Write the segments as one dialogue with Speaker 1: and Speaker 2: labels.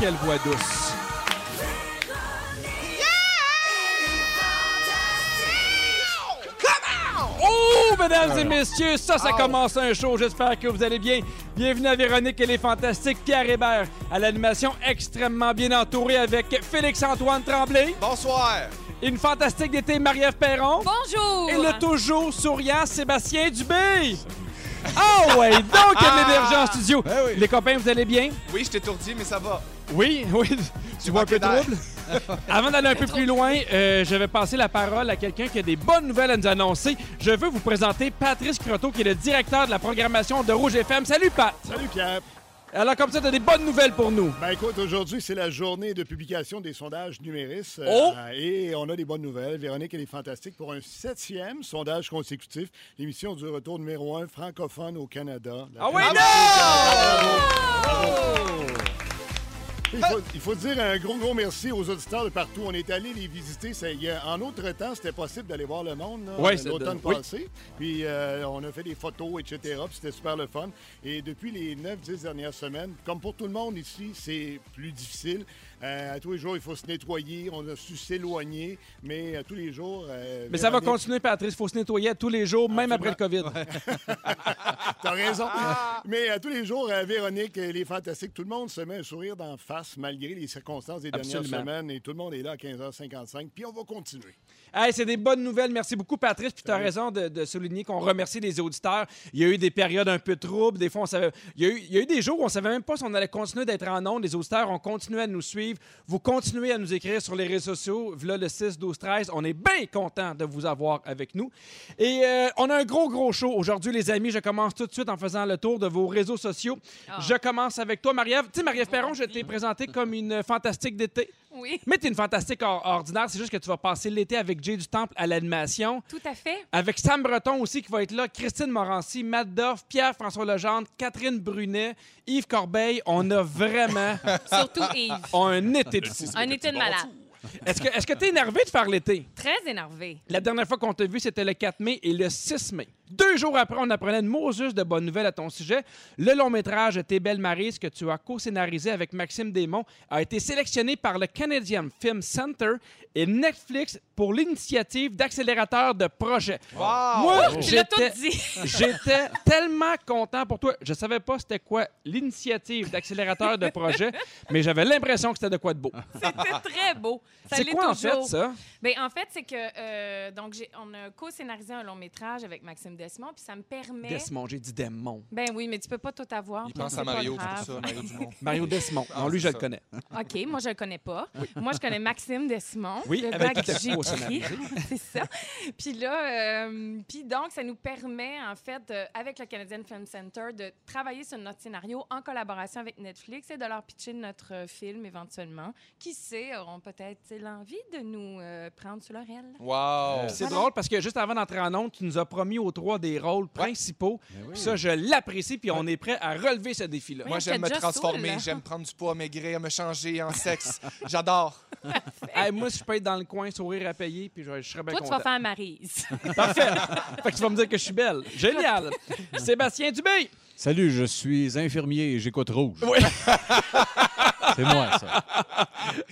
Speaker 1: quelle voix douce. Oh, mesdames et messieurs, ça, ça commence un show. J'espère que vous allez bien. Bienvenue à Véronique et les Fantastiques. Pierre Hébert à l'animation extrêmement bien entourée avec Félix-Antoine Tremblay,
Speaker 2: Bonsoir!
Speaker 1: une fantastique d'été Marie-Ève Perron
Speaker 3: Bonjour!
Speaker 1: et le toujours souriant Sébastien Dubé. Ah ouais, donc il y a de l'énergie en studio.
Speaker 2: Ben oui.
Speaker 1: Les copains, vous allez bien?
Speaker 2: Oui, je t'étourdis, mais ça va.
Speaker 1: Oui, oui. Tu vois un peu
Speaker 2: manquais d'air.
Speaker 1: trouble? Avant d'aller un peu plus loin, euh, je vais passer la parole à quelqu'un qui a des bonnes nouvelles à nous annoncer. Je veux vous présenter Patrice Croteau, qui est le directeur de la programmation de Rouge FM. Salut, Pat!
Speaker 4: Salut Pierre.
Speaker 1: Alors, comme ça, tu as des bonnes nouvelles pour nous.
Speaker 4: Ben écoute, aujourd'hui, c'est la journée de publication des sondages numéris. euh,
Speaker 1: Oh!
Speaker 4: et on a des bonnes nouvelles. Véronique, elle est fantastique pour un septième sondage consécutif. L'émission du retour numéro un francophone au Canada. La
Speaker 1: Ah oui,
Speaker 4: première-
Speaker 1: non!
Speaker 4: Il faut, il faut dire un gros, gros merci aux auditeurs de partout. On est allé les visiter. Ça, il y a- en autre temps, c'était possible d'aller voir le monde là, euh,
Speaker 1: Ouais, c'est
Speaker 4: l'automne
Speaker 1: de- oui.
Speaker 4: passé. Puis euh, on a fait des photos, etc. Puis c'était super le fun. Et depuis les 9-10 dernières semaines, comme pour tout le monde ici, c'est plus difficile. Euh, à tous les jours, il faut se nettoyer. On a su s'éloigner. Mais à tous les jours... euh,
Speaker 1: Mais ça va
Speaker 4: Véronique-
Speaker 1: continuer, Patrice. Il faut se nettoyer à tous les jours, même après le COVID.
Speaker 4: T'as raison. Mais à tous les jours, euh, Véronique, elle est fantastique. Tout le monde se met un sourire d'en face malgré les circonstances des dernières
Speaker 1: Absolument.
Speaker 4: semaines. Et tout le monde est là à 15h55. Puis on va continuer.
Speaker 1: Hey, c'est des bonnes nouvelles. Merci beaucoup, Patrice. Puis tu as raison de, de souligner qu'on remercie les auditeurs. Il y a eu des périodes un peu troubles. Des fois, on savait... il, y a eu, il y a eu des jours où on savait même pas si on allait continuer d'être en ondes. Les auditeurs ont continué à nous suivre. Vous continuez à nous écrire sur les réseaux sociaux. V'là le 6, 12, 13. On est bien content de vous avoir avec nous. Et euh, on a un gros, gros show aujourd'hui, les amis. Je commence tout de suite en faisant le tour de vos réseaux sociaux.
Speaker 3: Ah.
Speaker 1: Je commence avec toi, Marie-Ève. Tu sais, Marie-Ève Perron, je t'ai présentée comme une fantastique d'été.
Speaker 3: Oui,
Speaker 1: Mais t'es une fantastique or- ordinaire, c'est juste que tu vas passer l'été avec Jay du Temple à l'animation.
Speaker 3: tout à fait.
Speaker 1: Avec Sam Breton aussi qui va être là, Christine Morancy, Matt Doff, Pierre-François Legendre, Catherine Brunet, Yves Corbeil. On a vraiment
Speaker 3: Surtout
Speaker 1: Ah,
Speaker 3: Yves.
Speaker 1: un été de fou.
Speaker 3: Un été de malade.
Speaker 1: Est-ce que est-ce que t'es énervé de faire l'été?
Speaker 3: Très énervé.
Speaker 1: La dernière fois qu'on t'a vu, c'était le 4 mai et le 6 mai. Deux jours après, on apprenait une Moses de bonnes nouvelles à ton sujet. Le long métrage T'es belle Marie, ce que tu as co-scénarisé avec Maxime Desmond, a été sélectionné par le Canadian Film Center et Netflix pour l'initiative d'accélérateur de projet.
Speaker 2: Wow!
Speaker 1: Moi,
Speaker 3: Je l'ai
Speaker 1: j'étais-
Speaker 3: tout dit.
Speaker 1: J'étais tellement content pour toi. Je savais pas c'était quoi l'initiative d'accélérateur de projet, mais j'avais l'impression que c'était de quoi de beau.
Speaker 3: C'était très beau. Ça
Speaker 1: C'est
Speaker 3: l'est
Speaker 1: quoi en
Speaker 3: toujours.
Speaker 1: fait ça?
Speaker 3: Ben, en fait, c'est que euh, donc j'ai- on a co-scénarisé un long métrage avec Maxime Desmond, puis ça me permet.
Speaker 1: Desmond, j'ai dit Desmond.
Speaker 3: Ben oui, mais tu peux pas tout avoir.
Speaker 2: Il
Speaker 3: puis
Speaker 2: pense
Speaker 3: c'est
Speaker 2: à
Speaker 3: pas
Speaker 2: Mario, c'est
Speaker 3: grave.
Speaker 2: pour ça, Mario Dumont.
Speaker 1: Mario Desmond.
Speaker 2: Ah,
Speaker 1: Non, lui,
Speaker 2: c'est
Speaker 1: je le
Speaker 2: ça.
Speaker 1: connais.
Speaker 3: OK, moi, je le connais pas. Moi, je connais Maxime Desmond.
Speaker 1: Oui,
Speaker 3: le
Speaker 1: avec
Speaker 3: gars
Speaker 1: qui t'as
Speaker 3: que j'ai
Speaker 1: co-scénarisé.
Speaker 3: écrit. C'est ça. Puis là, euh, puis donc, ça nous permet, en fait, euh, avec le Canadian Film Center, de travailler sur notre scénario en collaboration avec Netflix et de leur pitcher notre euh, film éventuellement. Qui sait, auront peut-être l'envie de nous euh, prendre sous leur aile.
Speaker 2: Wow!
Speaker 1: C'est
Speaker 3: Voilà.
Speaker 1: drôle parce que juste avant d'entrer en ondes, tu nous as promis aux trois des rôles principaux. Puis Ça, je l'apprécie, puis on est prêt à relever ce défi-là.
Speaker 3: Oui.
Speaker 2: Moi, j'aime me
Speaker 3: j'étais déjà
Speaker 2: transformer,
Speaker 3: saoule.
Speaker 2: j'aime prendre du poids, maigrir, me changer en sexe. J'adore.
Speaker 1: Hey, moi, si je peux être dans le coin, sourire à payer, puis je, je serais bien
Speaker 3: Toi, tu vas
Speaker 1: content.
Speaker 3: faire Maryse.
Speaker 1: Fait que tu vas me dire que je suis belle. Génial! Sébastien Dubé!
Speaker 5: Salut, je suis infirmier et j'écoute rouge. c'est moi, ça.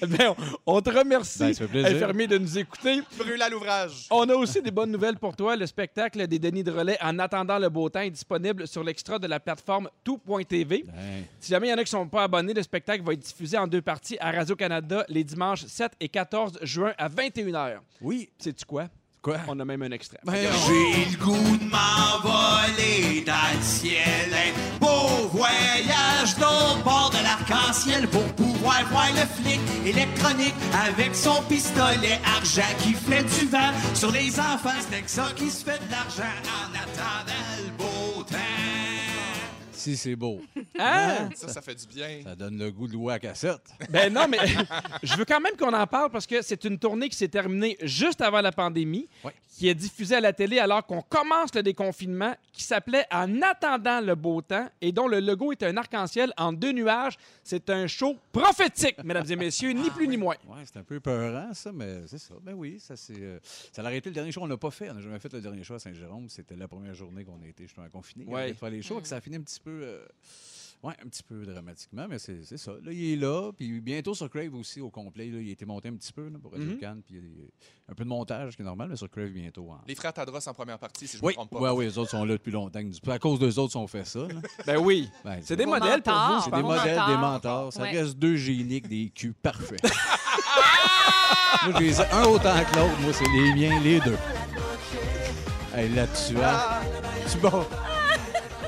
Speaker 1: Ben, on, on te remercie,
Speaker 5: Ben, ça fait plaisir.
Speaker 1: infirmier, de nous écouter.
Speaker 2: Brûle à l'ouvrage.
Speaker 1: On a aussi des bonnes nouvelles pour toi. Le spectacle des Denis de Relais en attendant le beau temps est disponible sur l'extra de la plateforme tout.tv.
Speaker 5: Ben,
Speaker 1: Si jamais il y en a qui ne sont pas abonnés, le spectacle va être diffusé en deux parties à Radio-Canada les dimanches 7 et 14 juin à 21h.
Speaker 5: oui.
Speaker 1: Sais-tu quoi?
Speaker 5: Quoi?
Speaker 1: On a même un extrait.
Speaker 5: Ben, on-
Speaker 6: J'ai le goût de m'envoler dans le ciel. Un beau voyage d'autre bord de l'arc-en-ciel pour pouvoir voir le flic électronique avec son pistolet argent qui fait du vent sur les enfants. C'est avec ça qui se fait de l'argent en attendant le beau temps.
Speaker 5: Si c'est beau,
Speaker 1: Hein?
Speaker 2: Ça, ça fait du bien.
Speaker 5: ça donne le goût de louer à cassette.
Speaker 1: Ben non, mais je veux quand même qu'on en parle parce que c'est une tournée qui s'est terminée juste avant la pandémie,
Speaker 5: Ouais.
Speaker 1: qui est diffusée à la télé alors qu'on commence le déconfinement, qui s'appelait En attendant le beau temps et dont le logo est un arc-en-ciel en deux nuages. C'est un show prophétique, mesdames et messieurs, ni plus ni moins.
Speaker 5: Ouais, c'est un peu peurant, ça, mais c'est ça. Ben oui, ça c'est. euh, ça l'a arrêté le dernier show. On l'a pas fait. On n'a jamais fait le dernier show à Saint-Jérôme. C'était la première journée qu'on a été justement confinés.
Speaker 1: Ouais.
Speaker 5: On a fait les shows, que ça a fini un petit peu. euh, Oui, un petit peu dramatiquement, mais c'est c'est ça. Là, il est là, puis bientôt sur Crave aussi au complet. là, il a été monté un petit peu là, pour Radio
Speaker 1: Mhm.
Speaker 5: Cannes, puis il y a un peu de montage qui est normal, mais sur Crave bientôt. hein. en-
Speaker 2: Les frères Tadros en première partie, si je me
Speaker 5: Oui,
Speaker 2: trompe pas.
Speaker 5: ouais, oui, les autres sont là depuis longtemps. À cause d'eux autres, on fait ça. là.
Speaker 1: Ben oui.
Speaker 5: Ben,
Speaker 1: C'est des
Speaker 3: Vos
Speaker 1: modèles pour vous.
Speaker 3: mentors.
Speaker 1: je
Speaker 5: c'est
Speaker 1: pense.
Speaker 5: des
Speaker 3: Vos
Speaker 5: modèles, des
Speaker 3: mentors.
Speaker 5: mentors. Ça
Speaker 3: Ouais.
Speaker 5: reste deux géniques, des culs parfaits. moi, je les ai- un autant que l'autre. Moi, c'est les miens, les deux. Hey, là, tu as. Tu bon.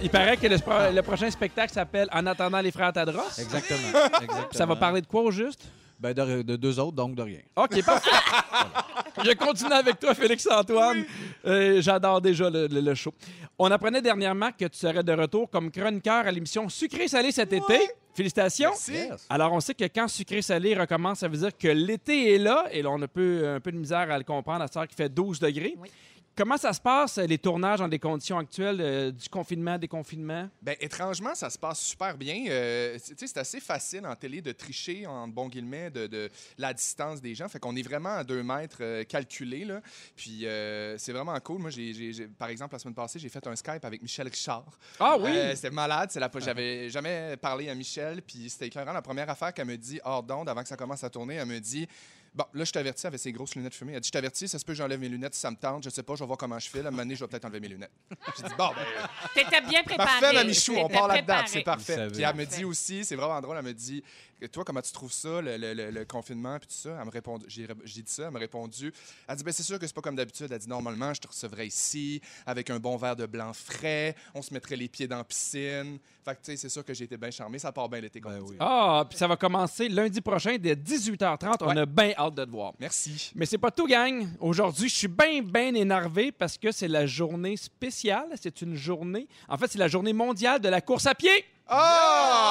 Speaker 1: Il paraît que le, sp- le prochain spectacle s'appelle En attendant les frères Tadros.
Speaker 5: Exactement.
Speaker 1: Puis Ça va parler de quoi au juste?
Speaker 5: Ben, de, de deux autres, donc de rien.
Speaker 1: OK, parfait. Je continue avec toi, Félix-Antoine. Euh, J'adore déjà le, le- le show. On apprenait dernièrement que tu serais de retour comme chroniqueur à l'émission Sucré-Salé cet été. Félicitations.
Speaker 5: Yes.
Speaker 1: Alors, on sait que quand Sucré-Salé recommence, ça veut dire que l'été est là. Et là, on a peu- un peu de misère à le comprendre à cette heure qui fait 12 degrés.
Speaker 3: Oui.
Speaker 1: Comment ça se passe, les tournages, dans des conditions actuelles euh, du confinement, déconfinement?
Speaker 2: Ben, étrangement, ça se passe super bien. Euh, c'est- tu sais, c'est assez facile en télé de tricher, en bon guillemets, de, de la distance des gens. Fait qu'on est vraiment à deux mètres euh, calculés. Là. Puis euh, c'est vraiment cool. Moi, j'ai, j'ai- j'ai- par exemple, la semaine passée, j'ai fait un Skype avec Michel Richard.
Speaker 1: Ah oui!
Speaker 2: Euh, c'était malade. C'est la po- J'avais jamais parlé à Michel. Puis c'était écœurant. La première affaire qu'elle me dit, hors d'onde, avant que ça commence à tourner, elle me dit. Bon, là, je t'avertis avec ses grosses lunettes fumées. Elle dit Je t'avertis, ça se peut que j'enlève mes lunettes si ça me tente. Je sais pas, je vais voir comment je file. À un moment donné, je vais peut-être enlever mes lunettes. J'ai dit Bon, ben,
Speaker 3: T'étais bien préparé.
Speaker 2: Parfait, Mamie Chou, on
Speaker 3: T'étais
Speaker 2: part là-dedans,
Speaker 3: préparé.
Speaker 2: c'est
Speaker 5: Vous
Speaker 2: parfait.
Speaker 5: savez.
Speaker 2: Puis elle me
Speaker 3: Parfait.
Speaker 2: dit aussi, c'est vraiment drôle, elle me dit, toi, comment tu trouves ça, le, le- le- le confinement, puis tout ça? Elle me répond, j'ai j'ai dit ça, elle m'a répondu, elle dit, ben c'est sûr que c'est pas comme d'habitude. Elle dit, normalement, je te recevrais ici, avec un bon verre de blanc frais, on se mettrait les pieds dans la piscine. Fait que, tu sais, c'est sûr que j'ai été bien charmé, ça part bien l'été. comme
Speaker 5: Ben
Speaker 2: on dit.
Speaker 5: oui.
Speaker 1: Ah, puis ça va commencer lundi prochain dès 18h30. On
Speaker 2: Ouais.
Speaker 1: a bien hâte de te voir.
Speaker 2: Merci.
Speaker 1: Mais c'est pas tout, gang. Aujourd'hui, je suis bien, bien énervé parce que c'est la journée spéciale. C'est une journée. En fait, c'est la journée mondiale de la course à pied.
Speaker 2: Oh,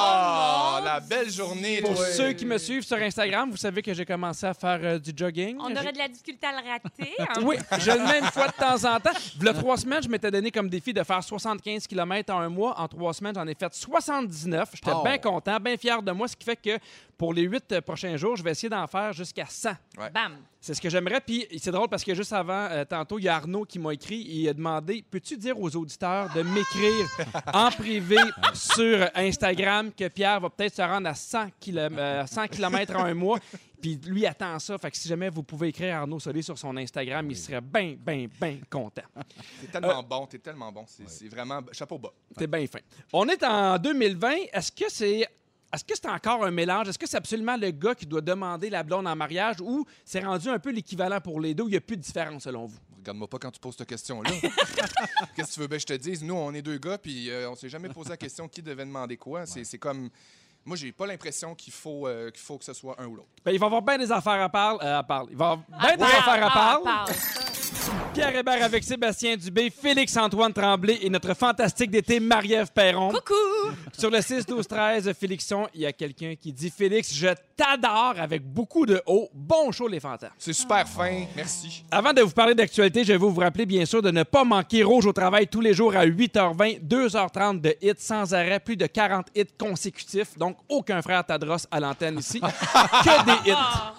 Speaker 2: la belle journée,
Speaker 1: Pour
Speaker 2: toi.
Speaker 1: ceux qui me suivent sur Instagram, vous savez que j'ai commencé à faire euh, du jogging.
Speaker 3: On aurait de la difficulté à le rater. hein.
Speaker 1: Oui, je le mets une fois de temps en temps. V'là trois semaines, je m'étais donné comme défi de faire 75 km en un mois. En trois semaines, j'en ai fait 79. J'étais
Speaker 5: Oh.
Speaker 1: bien content, bien fier de moi, ce qui fait que pour les huit euh, prochains jours, je vais essayer d'en faire jusqu'à 100.
Speaker 3: Bam.
Speaker 1: C'est ce que j'aimerais. Puis c'est drôle parce que juste avant, euh, tantôt, il y a Arnaud qui m'a écrit. Il a demandé Peux-tu dire aux auditeurs de m'écrire en privé sur Instagram que Pierre va peut-être se rendre à 100 km, en un mois Puis lui attend ça. Fait que si jamais vous pouvez écrire Arnaud Solé sur son Instagram, il serait bien, bien, bien content.
Speaker 2: T'es tellement bon, t'es tellement bon. C'est c'est vraiment chapeau bas.
Speaker 1: T'es bien fin. On est en 2020. Est-ce que c'est. Est-ce que c'est encore un mélange? Est-ce que c'est absolument le gars qui doit demander la blonde en mariage ou c'est rendu un peu l'équivalent pour les deux? Il n'y a plus de différence selon vous?
Speaker 2: Regarde-moi pas quand tu poses cette question-là. Qu'est-ce que tu veux ben, je te dise? Nous, on est deux gars, puis euh, on s'est jamais posé la question qui devait demander quoi. C'est c'est comme. Moi, j'ai pas l'impression qu'il faut, euh, qu'il faut que ce soit un ou l'autre.
Speaker 1: Ben, il va y avoir bien des affaires à parler. à parler. Il ben, va y avoir bien des
Speaker 3: Parle,
Speaker 1: affaires à
Speaker 3: parle,
Speaker 1: parler. Pierre Hébert avec Sébastien Dubé, Félix-Antoine Tremblay et notre fantastique d'été, Marie-Ève Perron.
Speaker 3: Coucou.
Speaker 1: Sur le 6-12-13, Félixon, il y a quelqu'un qui dit « Félix, je t'adore avec beaucoup de haut. Bon show, les fantasmes.
Speaker 2: C'est super fin. Merci. »
Speaker 1: Avant de vous parler d'actualité, je vais vous rappeler, bien sûr, de ne pas manquer Rouge au travail tous les jours à 8h20, 2h30 de hits sans arrêt, plus de 40 hits consécutifs. Donc, aucun frère Tadros à l'antenne ici. que des hits.
Speaker 3: Ah.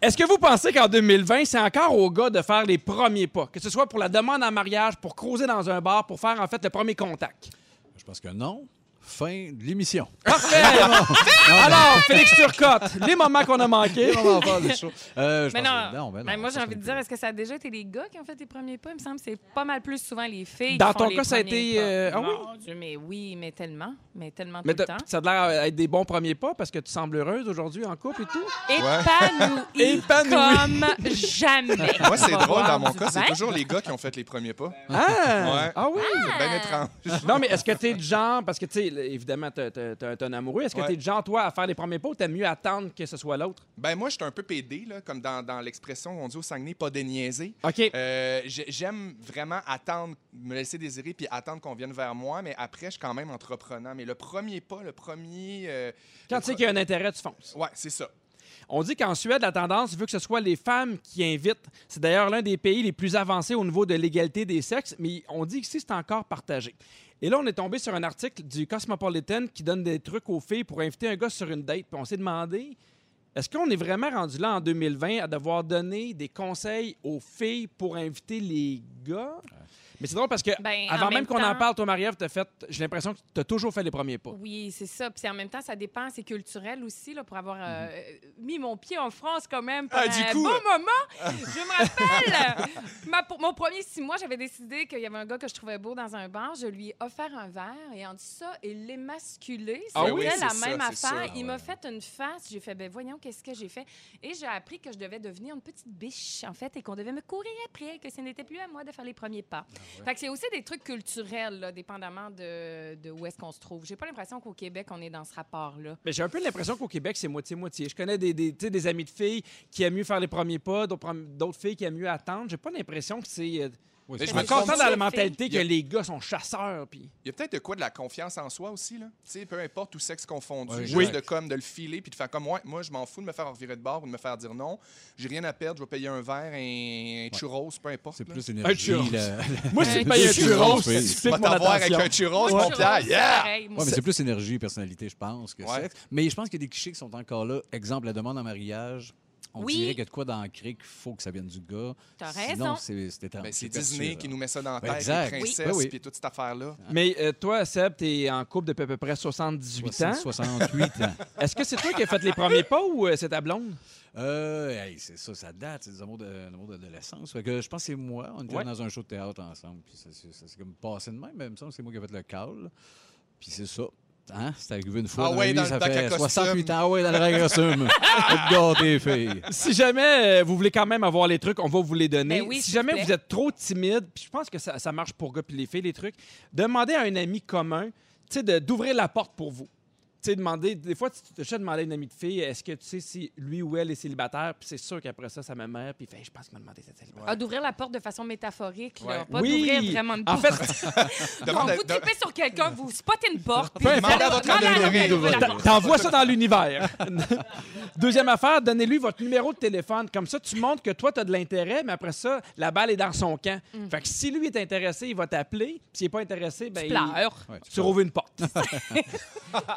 Speaker 1: Est-ce que vous pensez qu'en 2020, c'est encore au gars de faire les premiers pas, que ce soit pour la demande en mariage, pour croiser dans un bar, pour faire en fait le premier contact?
Speaker 5: Je pense que non. Fin de l'émission.
Speaker 1: Parfait! Alors, Félix Turcotte, les moments qu'on a manqués.
Speaker 5: On va en faire des choses. Euh, je
Speaker 3: Mais
Speaker 5: pense
Speaker 3: non.
Speaker 5: que- ben
Speaker 3: Mais moi,
Speaker 5: ça,
Speaker 3: j'ai
Speaker 5: c'est
Speaker 3: envie de
Speaker 5: un
Speaker 3: dire,
Speaker 5: peu-
Speaker 3: est-ce que ça a déjà été les gars qui ont fait les premiers pas? Il me semble que c'est pas mal plus souvent les filles.
Speaker 1: Dans
Speaker 3: qui font
Speaker 1: ton
Speaker 3: les
Speaker 1: cas, ça a
Speaker 3: premiers
Speaker 1: été,
Speaker 3: pas.
Speaker 1: euh, ah oui?
Speaker 3: Mon Dieu, mais oui, mais tellement. Mais tellement
Speaker 1: Mais
Speaker 3: tout le
Speaker 1: t'as-
Speaker 3: temps.
Speaker 1: ça a l'air d'être des bons premiers pas parce que tu sembles heureuse aujourd'hui en couple et tout.
Speaker 3: Épanouie comme jamais.
Speaker 2: Moi, c'est
Speaker 3: On va
Speaker 2: drôle.
Speaker 3: boire
Speaker 2: Dans mon
Speaker 3: du
Speaker 2: cas, c'est
Speaker 3: vin.
Speaker 2: toujours les gars qui ont fait les premiers pas.
Speaker 1: Ah!
Speaker 2: Ouais.
Speaker 1: Ah oui!
Speaker 2: C'est bien étrange.
Speaker 1: Non, mais est-ce que t'es du genre, parce que, tu sais, évidemment, t'as t'as- t'as un t'as un amoureux, est-ce que
Speaker 2: Ouais.
Speaker 1: t'es du genre, toi, à faire les premiers pas ou t'aimes mieux attendre que ce soit l'autre?
Speaker 2: Ben, moi, je suis un peu pédé, là, comme dans, dans l'expression on dit au Saguenay, pas déniaiser.
Speaker 1: OK.
Speaker 2: Euh, j'ai- J'aime vraiment attendre, me laisser désirer, puis attendre qu'on vienne vers moi, mais après, je suis quand même entreprenant. Mais le premier pas, le premier. euh,
Speaker 1: Quand
Speaker 2: le
Speaker 1: tu sais
Speaker 2: pre-
Speaker 1: qu'il y a un intérêt, tu fonces.
Speaker 2: Ouais, c'est ça.
Speaker 1: On dit qu'en Suède, la tendance veut que ce soit les femmes qui invitent. C'est d'ailleurs l'un des pays les plus avancés au niveau de l'égalité des sexes, mais on dit qu'ici, c'est encore partagé. Et là, on est tombé sur un article du Cosmopolitan qui donne des trucs aux filles pour inviter un gars sur une date. Puis on s'est demandé, est-ce qu'on est vraiment rendu là en 2020 à devoir donner des conseils aux filles pour inviter les gars? Mais c'est drôle parce que
Speaker 3: Ben, en
Speaker 1: avant même
Speaker 3: même
Speaker 1: qu'on en
Speaker 3: temps-
Speaker 1: parle, toi, Marie-Ève, t'as fait, j'ai l'impression que tu as toujours fait les premiers pas.
Speaker 3: Oui, c'est ça. Puis en même temps, ça dépend, c'est culturel aussi, là, pour avoir euh, mis mon pied en France quand même pendant
Speaker 2: Mhm. Ah, du
Speaker 3: un
Speaker 2: coup,
Speaker 3: bon
Speaker 2: euh,
Speaker 3: moment. je me rappelle, ma- pour mon premier six mois, j'avais décidé qu'il y avait un gars que je trouvais beau dans un bar. Je lui ai offert un verre et en dessous, ça, il l'émasculé.
Speaker 1: Ah
Speaker 3: C'était
Speaker 1: oui,
Speaker 3: la
Speaker 2: c'est
Speaker 3: même
Speaker 2: ça, c'est ça.
Speaker 3: affaire.
Speaker 2: Ah
Speaker 3: il
Speaker 2: ouais.
Speaker 3: m'a fait une face. J'ai fait, ben voyons, qu'est-ce que j'ai fait? Et j'ai appris que je devais devenir une petite biche, en fait, et qu'on devait me courir après, que ce n'était plus à moi de faire les premiers pas.
Speaker 2: Ah
Speaker 3: Fait que c'est aussi des trucs culturels, là, dépendamment de, de où est-ce qu'on se trouve. J'ai pas l'impression qu'au Québec, on est dans ce rapport-là.
Speaker 1: Mais j'ai un peu l'impression qu'au Québec, c'est moitié-moitié. Je connais des, des, tu sais, des amis de filles qui aiment mieux faire les premiers pas, d'autres prom- d'autres filles qui aiment mieux attendre. J'ai pas l'impression que c'est. euh,
Speaker 5: Oui,
Speaker 2: Mais
Speaker 1: Je
Speaker 2: Je
Speaker 1: me
Speaker 2: me
Speaker 1: contente
Speaker 3: confirme.
Speaker 1: dans la mentalité que
Speaker 2: Yeah.
Speaker 1: les gars sont chasseurs. Puis...
Speaker 2: Il y a peut-être de quoi de la confiance en soi aussi, là. Tu sais, peu importe tout sexe confondu,
Speaker 5: Ouais,
Speaker 2: juste
Speaker 1: oui.
Speaker 2: de comme de le filer puis de faire comme ouais, moi je m'en fous de me faire revirer de bord ou de me faire dire non. J'ai rien à perdre, je vais payer un verre, un, churros, peu importe.
Speaker 5: C'est
Speaker 2: là.
Speaker 5: plus
Speaker 1: Un
Speaker 5: l'énergie.
Speaker 1: churros.
Speaker 5: la-
Speaker 1: Moi,
Speaker 3: si
Speaker 1: si
Speaker 3: tu
Speaker 1: tu
Speaker 3: me
Speaker 1: payes
Speaker 5: payes
Speaker 1: un
Speaker 5: un
Speaker 1: churros,
Speaker 5: churros,
Speaker 1: tu
Speaker 5: tu
Speaker 2: Je vais t'avoir avec un churros, Oh, mon Pierre. Yeah!
Speaker 5: Ouais, mais c'est plus énergie, personnalité, je pense, que
Speaker 2: Ouais.
Speaker 5: sexe. Mais je pense qu'il y a des clichés qui sont encore là. Exemple, la demande en mariage. On
Speaker 3: Oui.
Speaker 5: dirait qu'il y a de quoi d'ancrer qu'il faut que ça vienne du gars.
Speaker 3: T'as
Speaker 5: Sinon,
Speaker 3: raison.
Speaker 5: c'est c'est éter-
Speaker 2: Ben, c'est
Speaker 5: c'est perçu,
Speaker 2: Disney
Speaker 5: là.
Speaker 2: qui nous met ça dans la
Speaker 5: Ben,
Speaker 2: tête,
Speaker 5: exact.
Speaker 2: les
Speaker 5: Oui.
Speaker 2: princesses,
Speaker 5: Ben oui.
Speaker 2: puis toute cette affaire-là.
Speaker 1: Mais euh, toi, Seb, t'es en couple depuis à peu près 78
Speaker 5: 60,
Speaker 1: ans.
Speaker 5: 68 ans.
Speaker 1: Est-ce que c'est toi qui as fait les premiers pas ou euh, c'est ta blonde?
Speaker 5: Euh, hey, c'est ça, ça date, c'est des amours de- des amours d'adolescence. Fait que je pense que c'est moi, on était
Speaker 1: Ouais.
Speaker 5: dans un show de théâtre ensemble, puis ça c'est- ça s'est comme passé de même, mais il me semble que c'est moi qui ai fait le call. Puis c'est ça. Hein? C'est arrivé une fois
Speaker 2: Ah
Speaker 5: dans ma
Speaker 2: ouais,
Speaker 5: vie,
Speaker 2: dans le
Speaker 5: ça
Speaker 2: bac à
Speaker 5: fait
Speaker 2: costume.
Speaker 5: 68 ans, ah ouais, dans le règle costume. Faites gâter, filles.
Speaker 1: Si jamais euh, vous voulez quand même avoir les trucs, on va vous les donner.
Speaker 3: Ben oui,
Speaker 1: si
Speaker 3: s'il vous
Speaker 1: jamais
Speaker 3: plaît.
Speaker 1: vous êtes trop timide, puis je pense que ça, ça marche pour gars puis les filles, les trucs, demandez à un ami commun tu sais, de- d'ouvrir la porte pour vous. Tu sais, demander, des fois, tu te fais demander à une amie de fille, est-ce que tu sais si lui ou elle est célibataire? Puis c'est sûr qu'après ça, ça me mère, puis il fait, je pense qu'il m'a demandé cette célibataire.
Speaker 3: Ah, d'ouvrir la porte de façon métaphorique, là.
Speaker 2: Ouais.
Speaker 3: Pas
Speaker 1: Oui.
Speaker 3: d'ouvrir vraiment une
Speaker 1: En
Speaker 3: porte.
Speaker 1: fait,
Speaker 2: Demande
Speaker 3: Non,
Speaker 2: à-
Speaker 3: vous
Speaker 2: de-
Speaker 3: tripez sur quelqu'un, vous spottez une porte. puis
Speaker 1: Peu
Speaker 3: vous
Speaker 1: importe.
Speaker 3: allez-
Speaker 2: Demandez à votre
Speaker 3: demandez
Speaker 2: ami
Speaker 3: l'autre
Speaker 2: d'ouvrir
Speaker 3: d'ouvrir la
Speaker 5: votre
Speaker 3: porte.
Speaker 1: T'envoies ça dans l'univers. Deuxième affaire, donnez-lui votre numéro de téléphone. Comme ça, tu montres que toi, tu as de l'intérêt, mais après ça, la balle est dans son camp. Fait que si lui est intéressé, il va t'appeler. Puis S'il n'est pas intéressé, ben,
Speaker 3: Mm.
Speaker 1: il-
Speaker 3: Tu pleures.
Speaker 5: Ouais,
Speaker 1: tu rouvres une porte.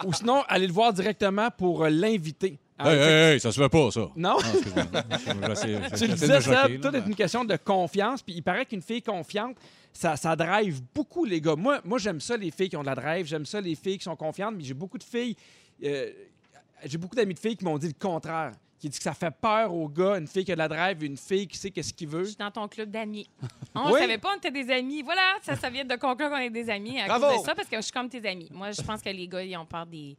Speaker 1: Ou sinon, allez le voir directement pour euh, l'inviter. Hein,
Speaker 5: Hey,
Speaker 1: fait-
Speaker 5: hey, hey, ça se fait pas, ça.
Speaker 1: Non?
Speaker 5: Ah, excuse-moi. Excuse-moi, j'essaie-
Speaker 1: Tu le
Speaker 5: j'essaie de
Speaker 1: disais,
Speaker 5: me
Speaker 1: ça,
Speaker 5: choquer,
Speaker 1: tout
Speaker 5: là,
Speaker 1: est une question de confiance. Puis il paraît qu'une fille confiante, ça, ça drive beaucoup les gars. Moi, moi j'aime ça, les filles qui ont de la drive. J'aime ça, les filles qui sont confiantes. Mais j'ai beaucoup de filles, euh, j'ai beaucoup d'amis de filles qui m'ont dit le contraire. Qui dit que ça fait peur aux gars, une fille qui a de la drive, une fille qui sait qu'est-ce qu'il veut.
Speaker 3: Je suis dans ton club d'amis. On
Speaker 1: Oui.
Speaker 3: savait pas, on était des amis. Voilà, ça, ça vient de conclure qu'on est des amis à
Speaker 2: Bravo.
Speaker 3: cause de ça, parce que je suis comme tes amis. Moi, je pense que les gars, ils ont peur des.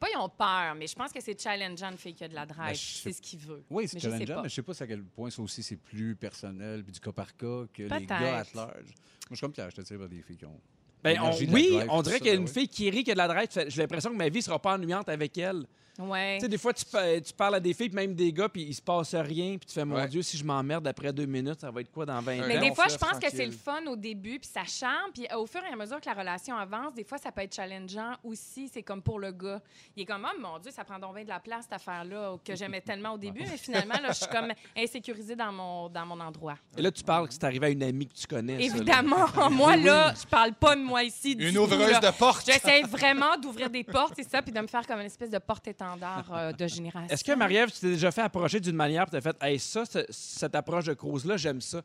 Speaker 3: Pas ils ont peur, mais je pense que c'est challengeant de faire qu'il y a de la drive.
Speaker 5: Ben, je sais-
Speaker 3: c'est ce qu'il veut.
Speaker 5: Oui, c'est
Speaker 3: Mais je sais
Speaker 5: challengeant,
Speaker 3: pas.
Speaker 5: mais je sais pas à quel point ça aussi c'est plus personnel puis du cas par cas que les
Speaker 3: Peut-être.
Speaker 5: gars à large. Moi, je suis comme Pierre, je te tire par des filles qui ont.
Speaker 1: Ben, on-
Speaker 5: l'énergie de la
Speaker 1: oui,
Speaker 5: drive,
Speaker 1: on
Speaker 5: tout
Speaker 1: dirait
Speaker 5: ça,
Speaker 1: qu'il y a
Speaker 5: ben
Speaker 1: une
Speaker 5: oui.
Speaker 1: fille qui rit, qui a de la drive. Fait- J'ai l'impression que ma vie sera pas ennuyante avec elle.
Speaker 3: Ouais.
Speaker 1: Tu sais, des fois, tu, pa- tu parles à des filles, puis même des gars, puis il se passe rien, puis tu fais, mon
Speaker 2: Ouais.
Speaker 1: Dieu, si je m'emmerde après deux minutes, ça va être quoi dans 20 ans?
Speaker 2: Mais
Speaker 3: Mais
Speaker 2: non,
Speaker 3: des fois, je
Speaker 2: fleuve
Speaker 3: pense que c'est le
Speaker 2: tranquille.
Speaker 3: fun au début, puis ça charme. Puis euh, au fur et à mesure que la relation avance, des fois, ça peut être challengeant aussi. C'est comme pour le gars. Il est comme, oh mon Dieu, ça prend donc bien de la place, cette affaire-là, que j'aimais tellement au début. Mais finalement, là, je suis comme insécurisée dans mon, dans mon endroit.
Speaker 1: Et là, tu parles que c'est arrivé à une amie que tu connais. ça, là.
Speaker 3: Évidemment, moi, là, je parle pas de moi ici. du
Speaker 2: Une
Speaker 3: tout,
Speaker 2: ouvreuse
Speaker 3: là.
Speaker 2: de porte.
Speaker 3: J'essaie vraiment d'ouvrir des portes, c'est ça, puis de me faire comme une espèce de porte-étendard euh, de génération.
Speaker 1: Est-ce que, Marie-Ève, tu t'es déjà fait approcher d'une manière et t'as fait Hey, ça, ce- cette approche de cruise-là, j'aime ça.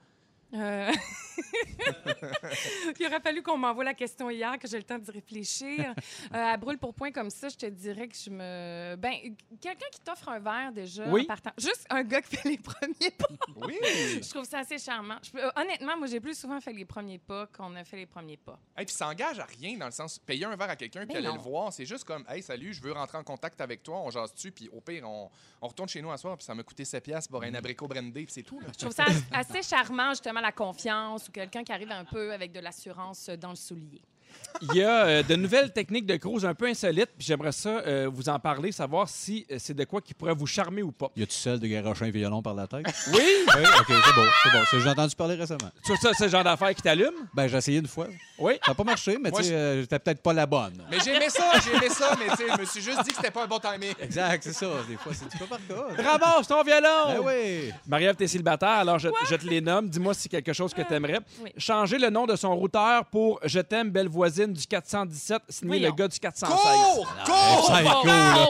Speaker 3: Euh, Il aurait fallu qu'on m'envoie la question hier, que j'ai le temps d'y réfléchir. Euh, à brûle pour point comme ça, je te dirais que je me. Ben, quelqu'un qui t'offre un verre déjà
Speaker 1: Oui.
Speaker 3: en partant. Juste un gars qui fait les premiers pas.
Speaker 2: Oui!
Speaker 3: Je trouve ça assez charmant. Je peux- euh, honnêtement, moi, j'ai plus souvent fait les premiers pas qu'on a fait les premiers pas.
Speaker 2: Et puis s'engage à rien dans le sens payer un verre à quelqu'un puis
Speaker 3: Ben
Speaker 2: aller
Speaker 3: non.
Speaker 2: le voir, c'est juste comme hey salut, je veux rentrer en contact avec toi, on jase tu puis au pire on, on retourne chez nous à soir puis ça m'a coûté 7 pièces boire un
Speaker 5: Mm.
Speaker 2: abricot brandé puis c'est tout là.
Speaker 3: Je trouve ça assez charmant, justement, la confiance ou quelqu'un qui arrive un peu avec de l'assurance dans le soulier.
Speaker 1: Il y a euh, de nouvelles techniques de cruise un peu insolites, puis j'aimerais ça euh, vous en parler, savoir si euh, c'est de quoi qui pourrait vous charmer ou pas.
Speaker 5: Y a-tu celle de Garochin Violon par la tête?
Speaker 1: Oui,
Speaker 5: oui, OK, c'est bon, c'est bon. C'est- J'ai entendu parler récemment.
Speaker 1: tu vois ça, c'est le genre d'affaire qui t'allume.
Speaker 5: Ben, j'ai essayé une fois.
Speaker 1: Oui.
Speaker 5: Ça n'a pas marché, mais
Speaker 2: Moi,
Speaker 5: tu sais,
Speaker 2: je-
Speaker 5: euh, j'étais peut-être pas la bonne.
Speaker 2: Mais j'aimais ça, j'aimais ça mais tu sais, je me suis juste dit que c'était pas un bon timing.
Speaker 5: Exact, c'est ça. Des fois, c'est du cas par cas.
Speaker 1: Ramasse ton violon!
Speaker 5: Ben oui.
Speaker 1: Marie-Ève, t'es célibataire, alors je, je te les nomme. Dis-moi si c'est quelque chose que t'aimerais.
Speaker 3: Euh, oui.
Speaker 1: Changer le nom de son routeur pour Je t'aime, belle voisine du 417, signé
Speaker 3: Voyons.
Speaker 1: le gars du 416.
Speaker 2: Cours!
Speaker 5: Oh,
Speaker 1: Oh,
Speaker 2: Cours!
Speaker 5: Psycho,
Speaker 3: Trop,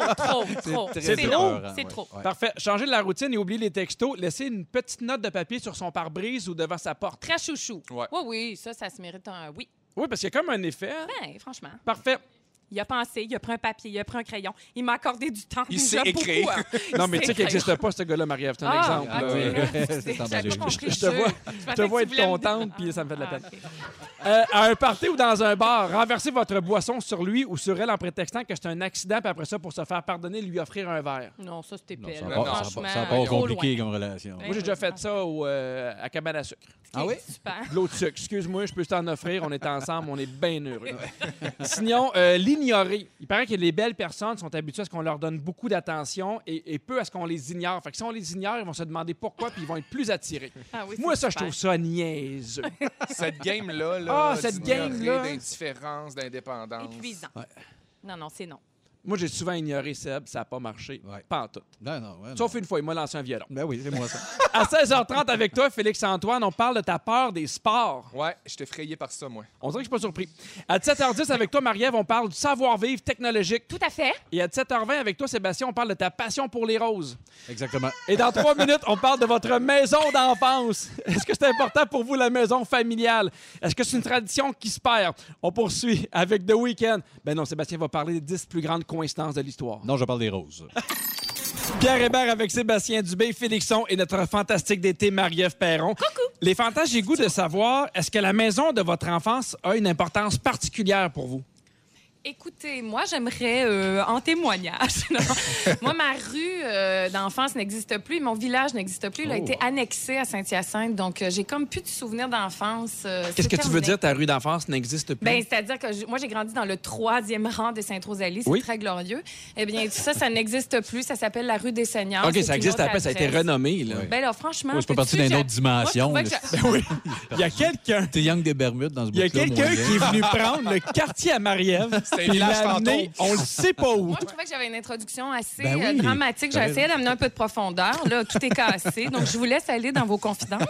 Speaker 5: là.
Speaker 3: trop, trop.
Speaker 5: très
Speaker 3: C'est trop.
Speaker 5: épeurant,
Speaker 3: C'est
Speaker 5: ouais.
Speaker 3: trop.
Speaker 5: Ouais.
Speaker 1: Parfait. Changer de la routine et oublier les textos. Laisser une petite note de papier sur son pare-brise ou devant sa porte.
Speaker 3: Très chouchou.
Speaker 2: Ouais.
Speaker 3: Oui, oui, ça, ça se mérite un oui.
Speaker 1: Oui, parce qu'il y a comme un effet.
Speaker 3: Ben, franchement.
Speaker 1: Parfait.
Speaker 3: Il a pensé, il a pris un papier, il a pris un crayon. Il m'a accordé du temps.
Speaker 2: Il
Speaker 3: déjà
Speaker 2: sait écrire.
Speaker 3: beaucoup, hein. Il
Speaker 1: Non, mais
Speaker 3: sait
Speaker 1: tu sais qu'il
Speaker 3: écrire.
Speaker 1: n'existe pas, ce gars-là, Marie-Ève. C'est un
Speaker 3: Ah,
Speaker 1: exemple. là.
Speaker 3: ok,
Speaker 5: ouais.
Speaker 3: là,
Speaker 5: C'est
Speaker 3: excusez,
Speaker 5: emballé.
Speaker 3: j'avais pas
Speaker 5: Je-
Speaker 3: compris le
Speaker 1: je te
Speaker 3: jeu.
Speaker 1: vois-
Speaker 3: Je
Speaker 1: te
Speaker 3: pensais
Speaker 1: vois
Speaker 3: que
Speaker 1: être
Speaker 3: tu voulais me-
Speaker 1: contente, puis ça me fait de la
Speaker 3: Ah,
Speaker 1: peine.
Speaker 3: ok.
Speaker 1: Euh, à un party ou dans un bar, renverser votre boisson sur lui ou sur elle en prétextant que c'est un accident, puis après ça, pour se faire pardonner, lui offrir un verre.
Speaker 3: Non, ça, c'était
Speaker 5: Non, ça
Speaker 3: pelle.
Speaker 5: n'a
Speaker 2: Non,
Speaker 5: pas- ça n'a
Speaker 3: Franchement,
Speaker 5: pas- ça n'a pas
Speaker 3: trop
Speaker 5: compliqué
Speaker 3: loin. Ben,
Speaker 5: comme relation.
Speaker 1: Moi, j'ai déjà fait ça au, euh, à cabane à sucre.
Speaker 5: Ah oui?
Speaker 3: Super.
Speaker 1: De l'eau de sucre. Excuse-moi, je peux t'en offrir. On est ensemble, on est bien heureux. Sinon, euh, l'ignorer. Il paraît que les belles personnes sont habituées à ce qu'on leur donne beaucoup d'attention et, et peu à ce qu'on les ignore. Fait que si on les ignore, ils vont se demander pourquoi, puis ils vont être plus attirés.
Speaker 3: Ah oui,
Speaker 1: Moi,
Speaker 3: c'est
Speaker 1: ça, je
Speaker 3: super.
Speaker 1: trouve ça niaiseux.
Speaker 2: Cette game-là, là,
Speaker 1: Ah, cette
Speaker 2: d'ignorer,
Speaker 1: game-là.
Speaker 2: d'indifférence, d'indépendance.
Speaker 3: Épuisant.
Speaker 5: Ouais.
Speaker 3: Non, non, c'est non.
Speaker 1: Moi, j'ai souvent ignoré Seb, ça n'a pas marché.
Speaker 5: Ouais.
Speaker 1: Pas en tout.
Speaker 5: Non, Ben, non, ouais, non.
Speaker 1: Sauf une fois, il m'a lancé un violon.
Speaker 5: Ben oui, c'est moi ça.
Speaker 1: À 16h30 avec toi, Félix-Antoine, on parle de ta peur des sports.
Speaker 2: Ouais, je t'ai frayé par ça, moi.
Speaker 1: On dirait que je suis pas surpris. À 17h10 avec toi, Marie-Ève, on parle du savoir-vivre technologique.
Speaker 3: Tout à fait.
Speaker 1: Et à 17h20 avec toi, Sébastien, on parle de ta passion pour les roses.
Speaker 5: Exactement.
Speaker 1: Et dans trois minutes, on parle de votre maison d'enfance. Est-ce que c'est important pour vous, la maison familiale? Est-ce que c'est une tradition qui se perd? On poursuit avec The Weeknd. Ben non, Sébastien va parler des 10 plus grandes coïncidences de l'histoire.
Speaker 5: Non, je parle des roses.
Speaker 3: Ah,
Speaker 1: Pierre Hébert avec Sébastien Dubé, Félixon et notre fantastique d'été, Marie-Ève Perron. Coucou! Les fantasmes, j'ai goût de savoir, est-ce que la maison de votre enfance a une importance particulière pour vous?
Speaker 3: Écoutez, moi, j'aimerais euh, en témoignage. Non. moi, ma rue euh, d'enfance n'existe plus. Mon village n'existe plus. Il a
Speaker 5: Oh.
Speaker 3: été annexé à Saint-Hyacinthe. Donc, euh, j'ai comme plus de souvenirs d'enfance. euh, c'est
Speaker 1: Qu'est-ce que tu
Speaker 3: terminé.
Speaker 1: veux dire, ta rue d'enfance n'existe plus?
Speaker 3: Ben, c'est-à-dire que j- moi, j'ai grandi dans le troisième rang de Sainte-Rosalie. C'est
Speaker 1: Oui.
Speaker 3: très glorieux. Eh bien, tout ça, ça n'existe plus. Ça s'appelle la rue des Seigneurs.
Speaker 1: OK,
Speaker 3: C'est
Speaker 1: ça
Speaker 3: une
Speaker 1: existe
Speaker 3: autre
Speaker 1: après, ça a été Oh,
Speaker 3: adresse.
Speaker 1: renommé. Là.
Speaker 5: Oui.
Speaker 3: Ben là, franchement.
Speaker 5: Ouais, c'est pas
Speaker 3: peux-tu,
Speaker 5: parti d'une
Speaker 3: j'ai-
Speaker 5: autre dimension.
Speaker 3: Moi, je trouvais que
Speaker 5: là. Ben
Speaker 3: j'ai-
Speaker 1: Il y a quelqu'un.
Speaker 5: T'es Young des Bermudes dans ce
Speaker 1: Il y a
Speaker 5: bout-là, mon
Speaker 1: quelqu'un
Speaker 5: gars.
Speaker 1: qui est venu prendre le quartier à Marie-Ève.
Speaker 2: C'était
Speaker 1: puis
Speaker 2: village
Speaker 1: l'a amené, On le sait pas où.
Speaker 3: moi, je trouvais que j'avais une introduction assez
Speaker 5: Ben oui,
Speaker 3: euh, dramatique.
Speaker 5: t'as
Speaker 3: J'ai essayé d'amener un peu de profondeur. Là, tout est cassé. Donc, je vous laisse aller dans vos confidences.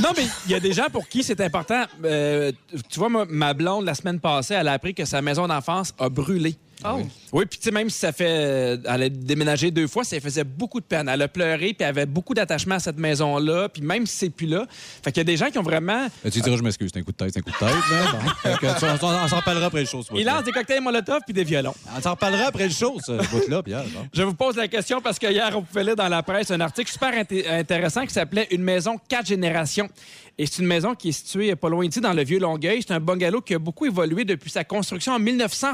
Speaker 1: Non, mais il y a des gens pour qui c'est important. Euh, tu vois, moi, ma blonde, la semaine passée, elle a appris que sa maison d'enfance a brûlé.
Speaker 3: Oh.
Speaker 1: Ah Oui, puis tu sais, même si ça fait. euh, Elle a déménagé deux fois, ça lui faisait beaucoup de peine. Elle a pleuré, puis elle avait beaucoup d'attachement à cette maison-là, puis même si c'est plus là. Fait qu'il y a des gens qui ont vraiment.
Speaker 5: Euh, Tu diras, je m'excuse, c'est un coup de tête, c'est un coup de tête. Là, bon. Fait que ça, on on s'en reparlera après le show, ce
Speaker 1: Ils
Speaker 5: bout-là.
Speaker 1: lancent des cocktails Molotov puis des violons.
Speaker 5: On s'en reparlera après le show, ce bout-là, Pierre. bon.
Speaker 1: Je vous pose la question parce que hier, on pouvait lire dans la presse un article super inté- intéressant qui s'appelait Une maison quatre générations. Et c'est une maison qui est située pas loin d'ici, dans le vieux Longueuil. C'est un bungalow qui a beaucoup évolué depuis sa construction en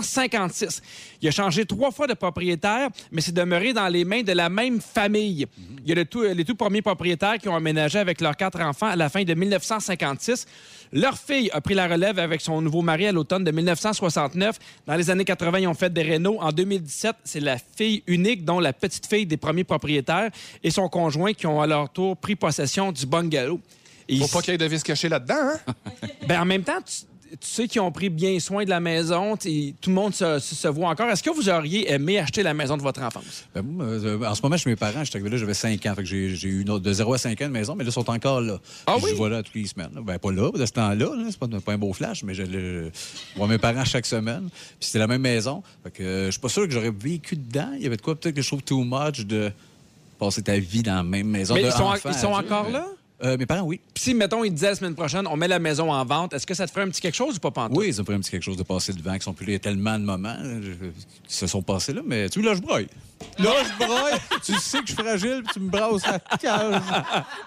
Speaker 1: 1956. Il a changé trois fois de propriétaire, mais c'est demeuré dans les mains de la même famille. Il y a le tout- les tout premiers propriétaires qui ont emménagé avec leurs quatre enfants à la fin de 1956. Leur fille a pris la relève avec son nouveau mari à l'automne de 1969. Dans les années 80, ils ont fait des rénaux. En 2017, c'est la fille unique, dont la petite fille des premiers propriétaires et son conjoint qui ont à leur tour pris possession du bungalow. Et
Speaker 2: Faut
Speaker 1: ils-
Speaker 2: pas qu'il y ait de vis caché là-dedans, hein?
Speaker 1: ben, en même temps, tu, tu sais qu'ils ont pris bien soin de la maison. tu- Tout le monde se, se- se voit encore. Est-ce que vous auriez aimé acheter la maison de votre enfance?
Speaker 5: Ben, moi, euh, en ce moment, chez mes parents, j'étais arrivé là, j'avais 5 ans. Fait que j'ai j'ai eu une autre, de 0 à 5 ans de maison, mais là, ils sont encore là.
Speaker 1: Ah
Speaker 5: je
Speaker 1: oui?
Speaker 5: les vois là toutes les semaines. là. Ben, pas là, de ce temps-là. là, c'est pas, pas un beau flash, mais je le- je vois mes parents chaque semaine. Puis c'était la même maison. Fait que euh, je suis pas sûr que j'aurais vécu dedans. Il y avait de quoi, peut-être que je trouve too much de passer ta vie dans la même maison.
Speaker 1: Mais
Speaker 5: de
Speaker 1: ils sont-
Speaker 5: enfant
Speaker 1: ils sont
Speaker 5: à adulte,
Speaker 1: encore
Speaker 5: mais-
Speaker 1: là?
Speaker 5: Euh, mes parents, oui.
Speaker 1: Puis si, mettons, ils disaient la semaine prochaine, on met la maison en vente, est-ce que ça te ferait un petit quelque chose ou pas pantoute?
Speaker 5: Oui, ils ont pris un petit quelque chose de passé devant, qui sont plus là. Il y a tellement de moments euh, qui se sont passés là, mais tu vois, là, je broille. Là, je broille. tu sais que je suis fragile, puis tu me brasses la cage.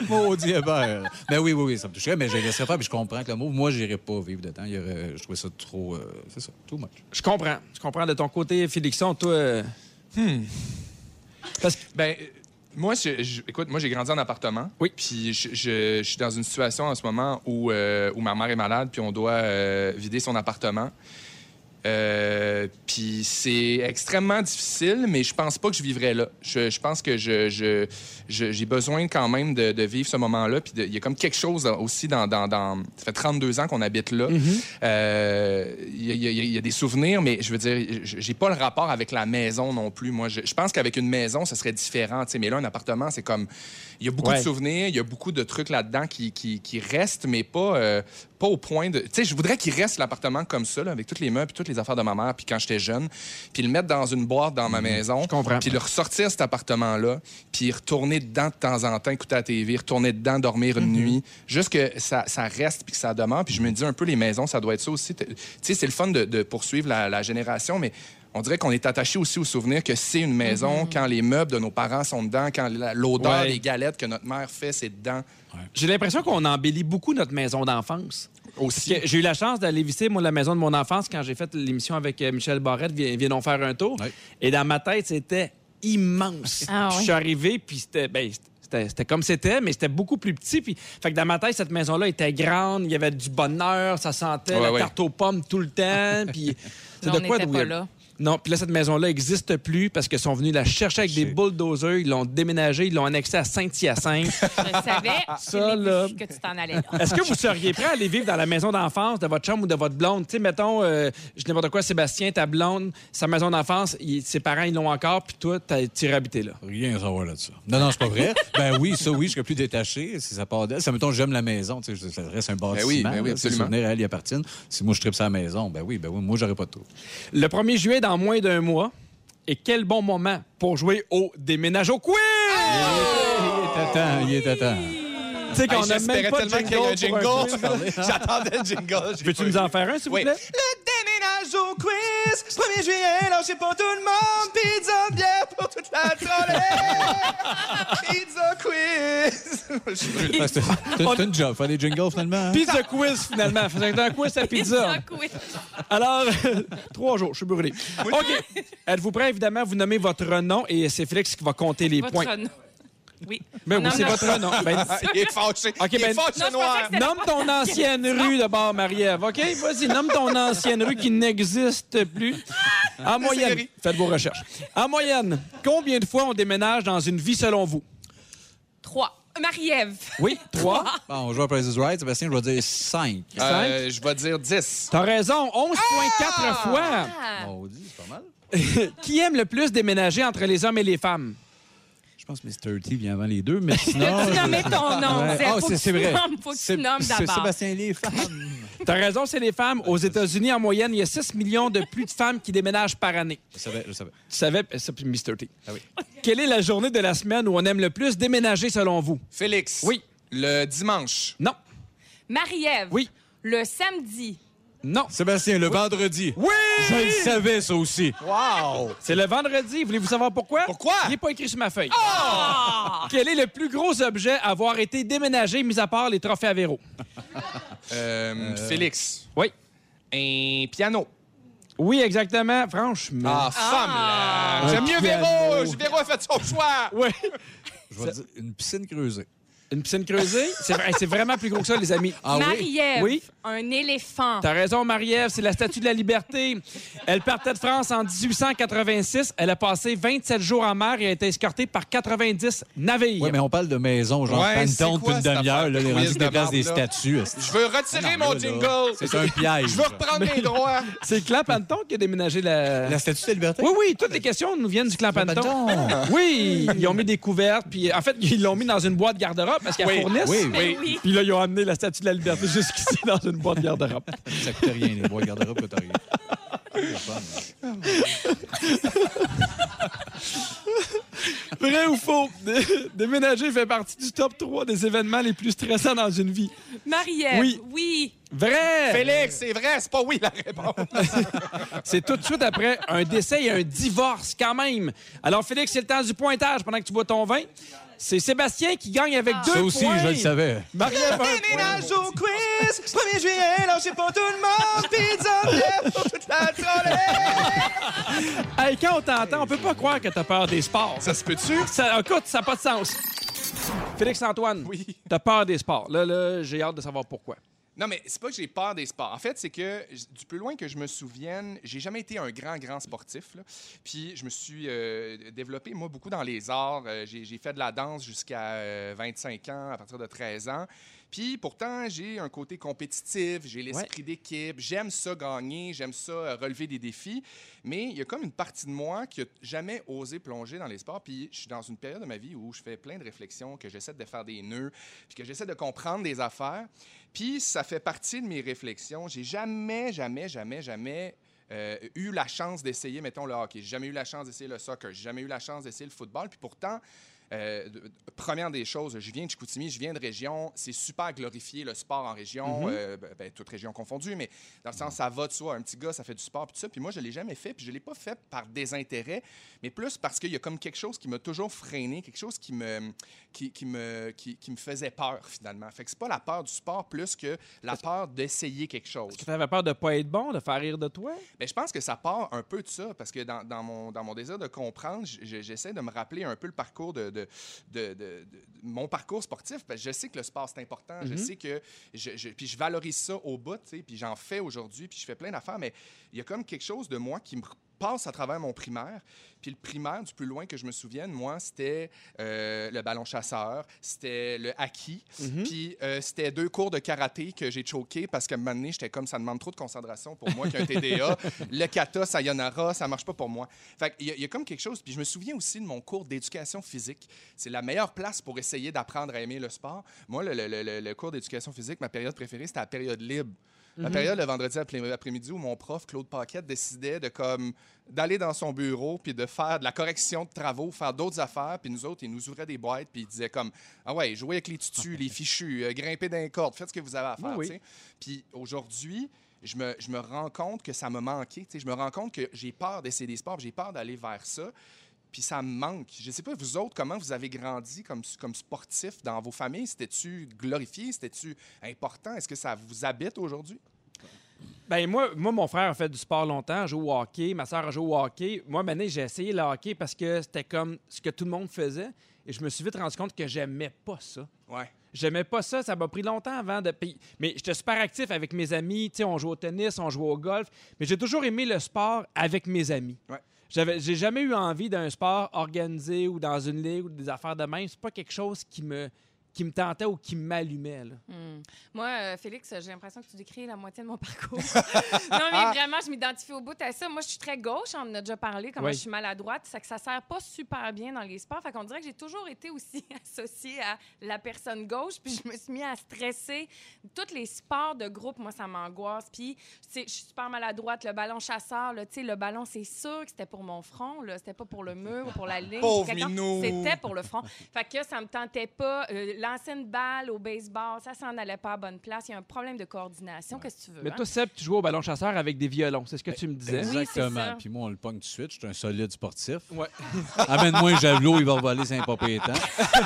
Speaker 5: Maudit Hébert. Mais oui, oui, oui, ça me toucherait, mais je ne laisserais pas, puis je comprends que le mot, moi, j'irais pas vivre dedans. Il y aurait- je trouvais ça trop. euh, c'est ça, too much.
Speaker 1: Je comprends. Je comprends de ton côté, Félixon, toi. euh, Parce que
Speaker 2: Ben, euh, moi, je- je- écoute, moi, j'ai grandi en appartement.
Speaker 1: Oui.
Speaker 2: Puis je, je- je suis dans une situation en ce moment où, euh, où ma mère est malade, puis on doit euh, vider son appartement. Euh, puis c'est extrêmement difficile, mais je pense pas que je vivrais là. Je, je pense que je, je- je- j'ai besoin quand même de, de vivre ce moment-là. Puis de- il y a comme quelque chose dans- aussi dans, dans, dans- Ça fait 32 ans qu'on habite là. Euh, Il y, a- il y a- il y a des souvenirs, mais je veux dire, je- j'ai pas le rapport avec la maison non plus. Moi, je, je pense qu'avec une maison, ce serait différent. tu sais. Mais là, un appartement, c'est comme Il y a beaucoup
Speaker 1: Ouais.
Speaker 2: de souvenirs, il y a beaucoup de trucs là-dedans qui, qui, qui restent, mais pas, euh, pas au point de. Tu sais, je voudrais qu'il reste l'appartement comme ça, là, avec toutes les meubles, puis toutes les affaires de ma mère, puis quand j'étais jeune, puis le mettre dans une boîte dans ma maison,
Speaker 1: Mhm. je comprends.
Speaker 2: puis le ressortir cet appartement-là, puis retourner dedans de temps en temps, écouter la TV, retourner dedans, dormir
Speaker 1: Mhm.
Speaker 2: une nuit, juste que ça, ça reste, puis que ça demeure. Puis je me dis un peu, les maisons, ça doit être ça aussi. Tu sais, c'est le fun de, de poursuivre la, la génération, mais on dirait qu'on est attaché aussi au souvenir que c'est une
Speaker 1: Mhm.
Speaker 2: maison, quand les meubles de nos parents sont dedans, quand la- l'odeur
Speaker 1: Ouais.
Speaker 2: des galettes que notre mère fait, c'est dedans
Speaker 1: J'ai l'impression qu'on embellit beaucoup notre maison d'enfance. Parce
Speaker 2: aussi.
Speaker 1: que j'ai eu la chance d'aller visiter moi, la maison de mon enfance quand j'ai fait l'émission avec euh, Michel Barrette, Viens, viens donc faire un tour.
Speaker 5: Ouais.
Speaker 1: Et dans ma tête, c'était immense.
Speaker 3: Ah
Speaker 1: Puis Je
Speaker 3: ouais.
Speaker 1: suis arrivé, puis c'était. ben, c'était- c'était comme c'était, mais c'était beaucoup plus petit. Puis, fait que dans ma tête, cette maison-là était grande, il y avait du bonheur, ça sentait
Speaker 2: Ouais,
Speaker 1: la
Speaker 2: ouais.
Speaker 1: tarte aux pommes tout le temps. Puis, c'est
Speaker 3: Non, on n'était
Speaker 1: d'où-
Speaker 3: pas là.
Speaker 1: Non, puis là, cette maison-là n'existe plus parce qu'ils sont venus la chercher avec des
Speaker 5: Chercher.
Speaker 1: bulldozers, ils l'ont déménagée, ils l'ont annexée à Saint-Hyacinthe.
Speaker 3: Je savais
Speaker 1: Ça,
Speaker 3: je l'ai
Speaker 1: là.
Speaker 3: vu que tu t'en allais là.
Speaker 1: Est-ce que vous seriez prêt à aller vivre dans la maison d'enfance de votre chambre ou de votre blonde? Tu sais, mettons, euh, je dis n'importe quoi, Sébastien, ta blonde, sa maison d'enfance, il- ses parents, ils l'ont encore, puis toi, t'as- t'es habité là.
Speaker 5: Rien à savoir là-dessus. Non, non, c'est pas vrai. Ben oui, ça, oui, je serais plus détaché si ça part d'elle. Ça, mettons, j'aime la maison. Tu sais, ça reste un bâtiment.
Speaker 2: oui, ben oui,
Speaker 5: là,
Speaker 2: absolument.
Speaker 5: Ses souvenirs, à elle, y appartiennent. Si moi, je tripe sa maison, ben oui, ben oui, moi, j'aurais pas de trou.
Speaker 1: Le 1er juillet, dans moins d'un mois, et quel bon moment pour jouer au déménage au quiz!
Speaker 5: Il est à temps, il est à temps.
Speaker 1: Tu sais, qu'on
Speaker 2: Ah! Hey,
Speaker 1: n'a même
Speaker 2: j'espérais
Speaker 1: pas de
Speaker 2: tellement qu'il y ait
Speaker 1: jingle.
Speaker 2: un
Speaker 1: pour un quiz.
Speaker 2: jingle. J'attendais le jingle. j'ai
Speaker 1: Peux-tu
Speaker 2: pas
Speaker 1: nous
Speaker 2: eu.
Speaker 1: en faire un, s'il vous
Speaker 2: Oui.
Speaker 1: plaît?
Speaker 6: Le déménage au quiz, 1er juillet, lâchez pas tout le monde, pizza, bière pour toute la journée. pizza quiz.
Speaker 5: Ah, c'est- C'est c'est une job, faire des jingles finalement. hein?
Speaker 1: Pizza quiz, finalement. Faisait un quiz à pizza. Alors, trois jours, je suis brûlé. OK. Êtes-vous prêt, évidemment, vous nommez votre nom et c'est Félix qui va compter les points.
Speaker 3: Votre nom. Oui.
Speaker 2: Oh,
Speaker 1: Ben
Speaker 3: Non,
Speaker 1: oui, c'est
Speaker 3: non.
Speaker 1: votre nom. Ben,
Speaker 2: Ah, Il est fâché.
Speaker 1: Ok,
Speaker 2: il est
Speaker 1: ben-
Speaker 2: fâché
Speaker 3: Non, je
Speaker 2: noir.
Speaker 3: pensais que
Speaker 1: nomme ton ancienne rue d'abord, Marie-Ève. OK? Vas-y, nomme ton ancienne rue qui n'existe plus. En moyenne,
Speaker 2: série.
Speaker 1: faites vos recherches. En moyenne, combien de fois on déménage dans une vie selon vous?
Speaker 3: Trois. Marie-Ève.
Speaker 1: Oui, trois.
Speaker 5: Bon, on joue à Price is Right, Sébastien, je vais dire 5.
Speaker 2: Euh, je vais dire 10.
Speaker 1: T'as raison, 11,4 fois.
Speaker 3: Ah.
Speaker 5: Maudit, c'est pas mal.
Speaker 1: Qui aime le plus déménager entre les hommes et les femmes?
Speaker 5: Je pense que Mr. T vient avant les deux, mais sinon.
Speaker 3: Peux-tu
Speaker 5: je-
Speaker 3: nommer ton nom?
Speaker 5: Ouais.
Speaker 3: Zé?
Speaker 5: Ah,
Speaker 3: Faut
Speaker 5: c'est
Speaker 3: que
Speaker 5: c'est
Speaker 3: tu
Speaker 5: vrai.
Speaker 3: nommes, faut que tu
Speaker 5: C'est-
Speaker 3: nommes
Speaker 5: c'est
Speaker 3: d'abord.
Speaker 5: Sébastien les femmes.
Speaker 1: T'as raison, c'est les femmes. Aux États-Unis, en moyenne, il y a 6 millions de plus de femmes qui déménagent par année.
Speaker 5: Je savais, je savais.
Speaker 1: Tu savais, eh, ça, puis Mr. T.
Speaker 5: Ah oui.
Speaker 1: Quelle est la journée de la semaine où on aime le plus déménager selon vous?
Speaker 2: Félix.
Speaker 1: Oui.
Speaker 2: Le dimanche.
Speaker 1: Non.
Speaker 3: Marie-Ève.
Speaker 1: Oui.
Speaker 3: Le samedi.
Speaker 1: Non.
Speaker 5: Sébastien, le vendredi.
Speaker 1: Oui!
Speaker 5: Je le savais, ça aussi.
Speaker 2: Wow!
Speaker 1: C'est le vendredi. Voulez-vous savoir pourquoi?
Speaker 2: Pourquoi?
Speaker 1: Il n'est pas écrit sur ma feuille. Quel est le plus gros objet à avoir été déménagé, mis à part les trophées à véro?
Speaker 2: Euh, Félix.
Speaker 1: Oui.
Speaker 2: Un piano.
Speaker 1: Oui, exactement. Franchement.
Speaker 2: Ah, femme, là! J'aime mieux Véro! J- Véro a fait son choix!
Speaker 1: Oui.
Speaker 5: Je vais dire une piscine creusée.
Speaker 1: Une piscine creusée? C'est hey, c'est vraiment plus gros que ça, les amis.
Speaker 5: Ah
Speaker 3: Marie-Ève.
Speaker 1: Oui.
Speaker 3: Un éléphant.
Speaker 1: T'as raison, Marie-Ève, c'est la Statue de la Liberté. Elle partait de France en 1886. Elle a passé 27 jours en mer et a été escortée par 90 navires.
Speaker 5: Oui, mais on parle de maison, genre
Speaker 2: Ouais, c'est
Speaker 5: Pantone,
Speaker 2: quoi,
Speaker 5: puis une
Speaker 2: cette
Speaker 5: demi-heure,
Speaker 2: affaire
Speaker 5: là,
Speaker 2: de
Speaker 5: les
Speaker 2: quiz
Speaker 5: rendus
Speaker 2: de
Speaker 5: déplacent des
Speaker 2: marde, là?
Speaker 5: statues.
Speaker 2: Je veux retirer mon jingle!
Speaker 5: C'est un piège.
Speaker 2: Je veux reprendre mes droits!
Speaker 1: C'est Clan Panton qui a déménagé la...
Speaker 5: La statue de la liberté?
Speaker 1: Oui, oui, toutes les questions nous viennent du Clan
Speaker 5: Clan
Speaker 1: Panton.
Speaker 5: Panton.
Speaker 1: Oui, ils ont mis des couvertes, puis en fait, ils l'ont mis dans une boîte garde-robe parce qu'elle
Speaker 2: Oui,
Speaker 1: fournissent.
Speaker 5: oui,
Speaker 3: Mais oui.
Speaker 1: Puis là, ils ont amené la Statue de la Liberté jusqu'ici dans une boîte garde-robe.
Speaker 5: Ça coûte rien, les bois garde-robe coûtent rien. C'est fun, là.
Speaker 1: Vrai ou faux? Déménager fait partie du top 3 des événements les plus stressants dans une vie.
Speaker 3: Marie-Ève.
Speaker 1: Oui.
Speaker 3: Oui.
Speaker 1: Vrai!
Speaker 2: Félix, c'est vrai, c'est pas oui la réponse!
Speaker 1: C'est tout de suite après un décès et un divorce, quand même. Alors, Félix, c'est le temps du pointage pendant que tu bois ton vin. C'est Sébastien qui gagne avec deux
Speaker 5: Ah. Ça aussi,
Speaker 1: points.
Speaker 5: je le savais.
Speaker 1: Marie-Ève, un
Speaker 6: Déménage au quiz, 1er juillet, lâchez pas tout le monde, pizza, bière pour toute la journée.
Speaker 1: point. Hey, quand on t'entend, on peut pas croire que t'as peur des sports.
Speaker 2: Ça se peut-tu?
Speaker 1: Ça, écoute, ça n'a pas de sens. Félix-Antoine,
Speaker 2: Oui.
Speaker 1: t'as peur des sports. Là, là, j'ai hâte de savoir pourquoi.
Speaker 2: Non, mais c'est pas que j'ai peur des sports. En fait, c'est que j- du plus loin que je me souvienne, j'ai jamais été un grand, grand sportif. là. Puis je me suis euh, développé, moi, beaucoup dans les arts. Euh, j'ai j'ai fait de la danse jusqu'à euh, 25 ans, à partir de 13 ans. Puis pourtant, j'ai un côté compétitif, j'ai l'esprit d'équipe, j'aime ça gagner, j'aime ça euh, relever des défis. Mais il y a comme une partie de moi qui n'a jamais osé plonger dans les sports. Puis je suis dans une période de ma vie où je fais plein de réflexions, que j'essaie de faire des nœuds, puis que j'essaie de comprendre des affaires. Puis ça fait partie de mes réflexions. J'ai jamais, jamais, jamais, jamais euh, eu la chance d'essayer, mettons, le hockey. J'ai jamais eu la chance d'essayer le soccer. J'ai jamais eu la chance d'essayer le football. Puis pourtant, euh, de- de- première des choses, je viens de Chicoutimi, je viens de région. C'est super glorifié le sport en région, euh, ben, ben, toute région confondue, mais dans le sens, ça va de soi. Un petit gars, ça fait du sport, puis tout ça. Puis moi, je l'ai jamais fait, puis je l'ai pas fait par désintérêt, mais plus parce qu'il y a comme quelque chose qui m'a toujours freiné, quelque chose qui me, qui, qui me, qui, qui me faisait peur, finalement. Fait que c'est pas la peur du sport plus que la peur d'essayer quelque chose.
Speaker 1: Est-ce que tu avais peur de pas être bon, de faire rire de toi?
Speaker 2: Mais je pense que ça part un peu de ça, parce que dans, dans mon, dans mon désir de comprendre, j- j- j'essaie de me rappeler un peu le parcours de, de- de- de- de- de- mon parcours sportif, parce que je sais que le sport, c'est important, je sais que... Je, je- puis je valorise ça au bout, tu sais, puis j'en fais aujourd'hui, puis je fais plein d'affaires, mais il y a comme quelque chose de moi qui me passe à travers mon primaire. Puis le primaire, du plus loin que je me souvienne, moi, c'était euh, le ballon chasseur, c'était le haki, puis euh, c'était deux cours de karaté que j'ai choqué parce qu'à un moment donné, j'étais comme ça demande trop de concentration pour moi qu'un TDA. le kata, sayonara, ça marche pas pour moi. Fait qu'il y, a- il y a comme quelque chose. Puis je me souviens aussi de mon cours d'éducation physique. C'est la meilleure place pour essayer d'apprendre à aimer le sport. Moi, le, le- le- le- le cours d'éducation physique, ma période préférée, c'était la période libre. La
Speaker 1: Mhm.
Speaker 2: période le vendredi après- après-midi où mon prof, Claude Paquette, décidait de comme d'aller dans son bureau puis de faire de la correction de travaux, faire d'autres affaires. Puis nous autres, il nous ouvrait des boîtes puis il disait comme « Ah ouais, jouez avec les tutus, les fichus, euh, grimpez d'un corde, faites ce que vous avez à faire.
Speaker 1: Oui, oui.
Speaker 2: tu sais. Puis aujourd'hui, je me, je me rends compte que ça me manquait. tu sais. Je me rends compte que j'ai peur d'essayer des sports, j'ai peur d'aller vers ça. Puis ça me manque. Je sais pas, vous autres, comment vous avez grandi comme, comme sportif dans vos familles? C'était-tu glorifié? C'était-tu important? Est-ce que ça vous habite aujourd'hui?
Speaker 1: Ben moi, moi, mon frère a fait du sport longtemps, joue au hockey, ma soeur a joué au hockey. Moi, maintenant, j'ai essayé le hockey parce que c'était comme ce que tout le monde faisait. Et je me suis vite rendu compte que j'aimais pas ça.
Speaker 2: Ouais.
Speaker 1: J'aimais pas ça, ça m'a pris longtemps avant de. puis- Mais j'étais super actif avec mes amis, tu sais, on jouait au tennis, on jouait au golf, mais j'ai toujours aimé le sport avec mes amis.
Speaker 2: Ouais.
Speaker 1: J'avais, j'ai jamais eu envie d'un sport organisé ou dans une ligue ou des affaires de même. C'est pas quelque chose qui me, qui me tentait ou qui m'allumait. là.
Speaker 3: Hmm. Moi, euh, Félix, j'ai l'impression que tu décris la moitié de mon parcours. non, mais
Speaker 2: Ah.
Speaker 3: vraiment, je m'identifie au bout à ça. Moi, je suis très gauche, on en a déjà parlé, comment
Speaker 1: Oui.
Speaker 3: je suis maladroite. Ça que ça sert pas super bien dans les sports. Fait qu'on dirait que j'ai toujours été aussi associée à la personne gauche, puis je me suis mis à stresser. Tous les sports de groupe, moi, ça m'angoisse. Puis, tu sais, je suis super maladroite. Le ballon chasseur, là, tu sais, le ballon, c'est sûr que c'était pour mon front, là. C'était pas pour le mur, ou pour la ligne.
Speaker 2: Pauvre
Speaker 3: Quelqu'un-
Speaker 2: minou.
Speaker 3: C'était pour le front. Fait que ça me tentait pas. Euh, lancer une balle au baseball, ça s'en allait pas à bonne place. Il y a un problème de coordination, qu'est-ce que tu veux?
Speaker 1: Mais
Speaker 3: hein?
Speaker 1: toi, Seb, tu jouais au ballon chasseur avec des violons, c'est ce que tu me disais.
Speaker 3: Oui, c'est ça.
Speaker 5: Exactement. Puis moi, on le pogne tout de suite. Je suis un solide sportif.
Speaker 1: Ouais.
Speaker 5: Amène-moi un javelot, il va voler, c'est un pas pétant.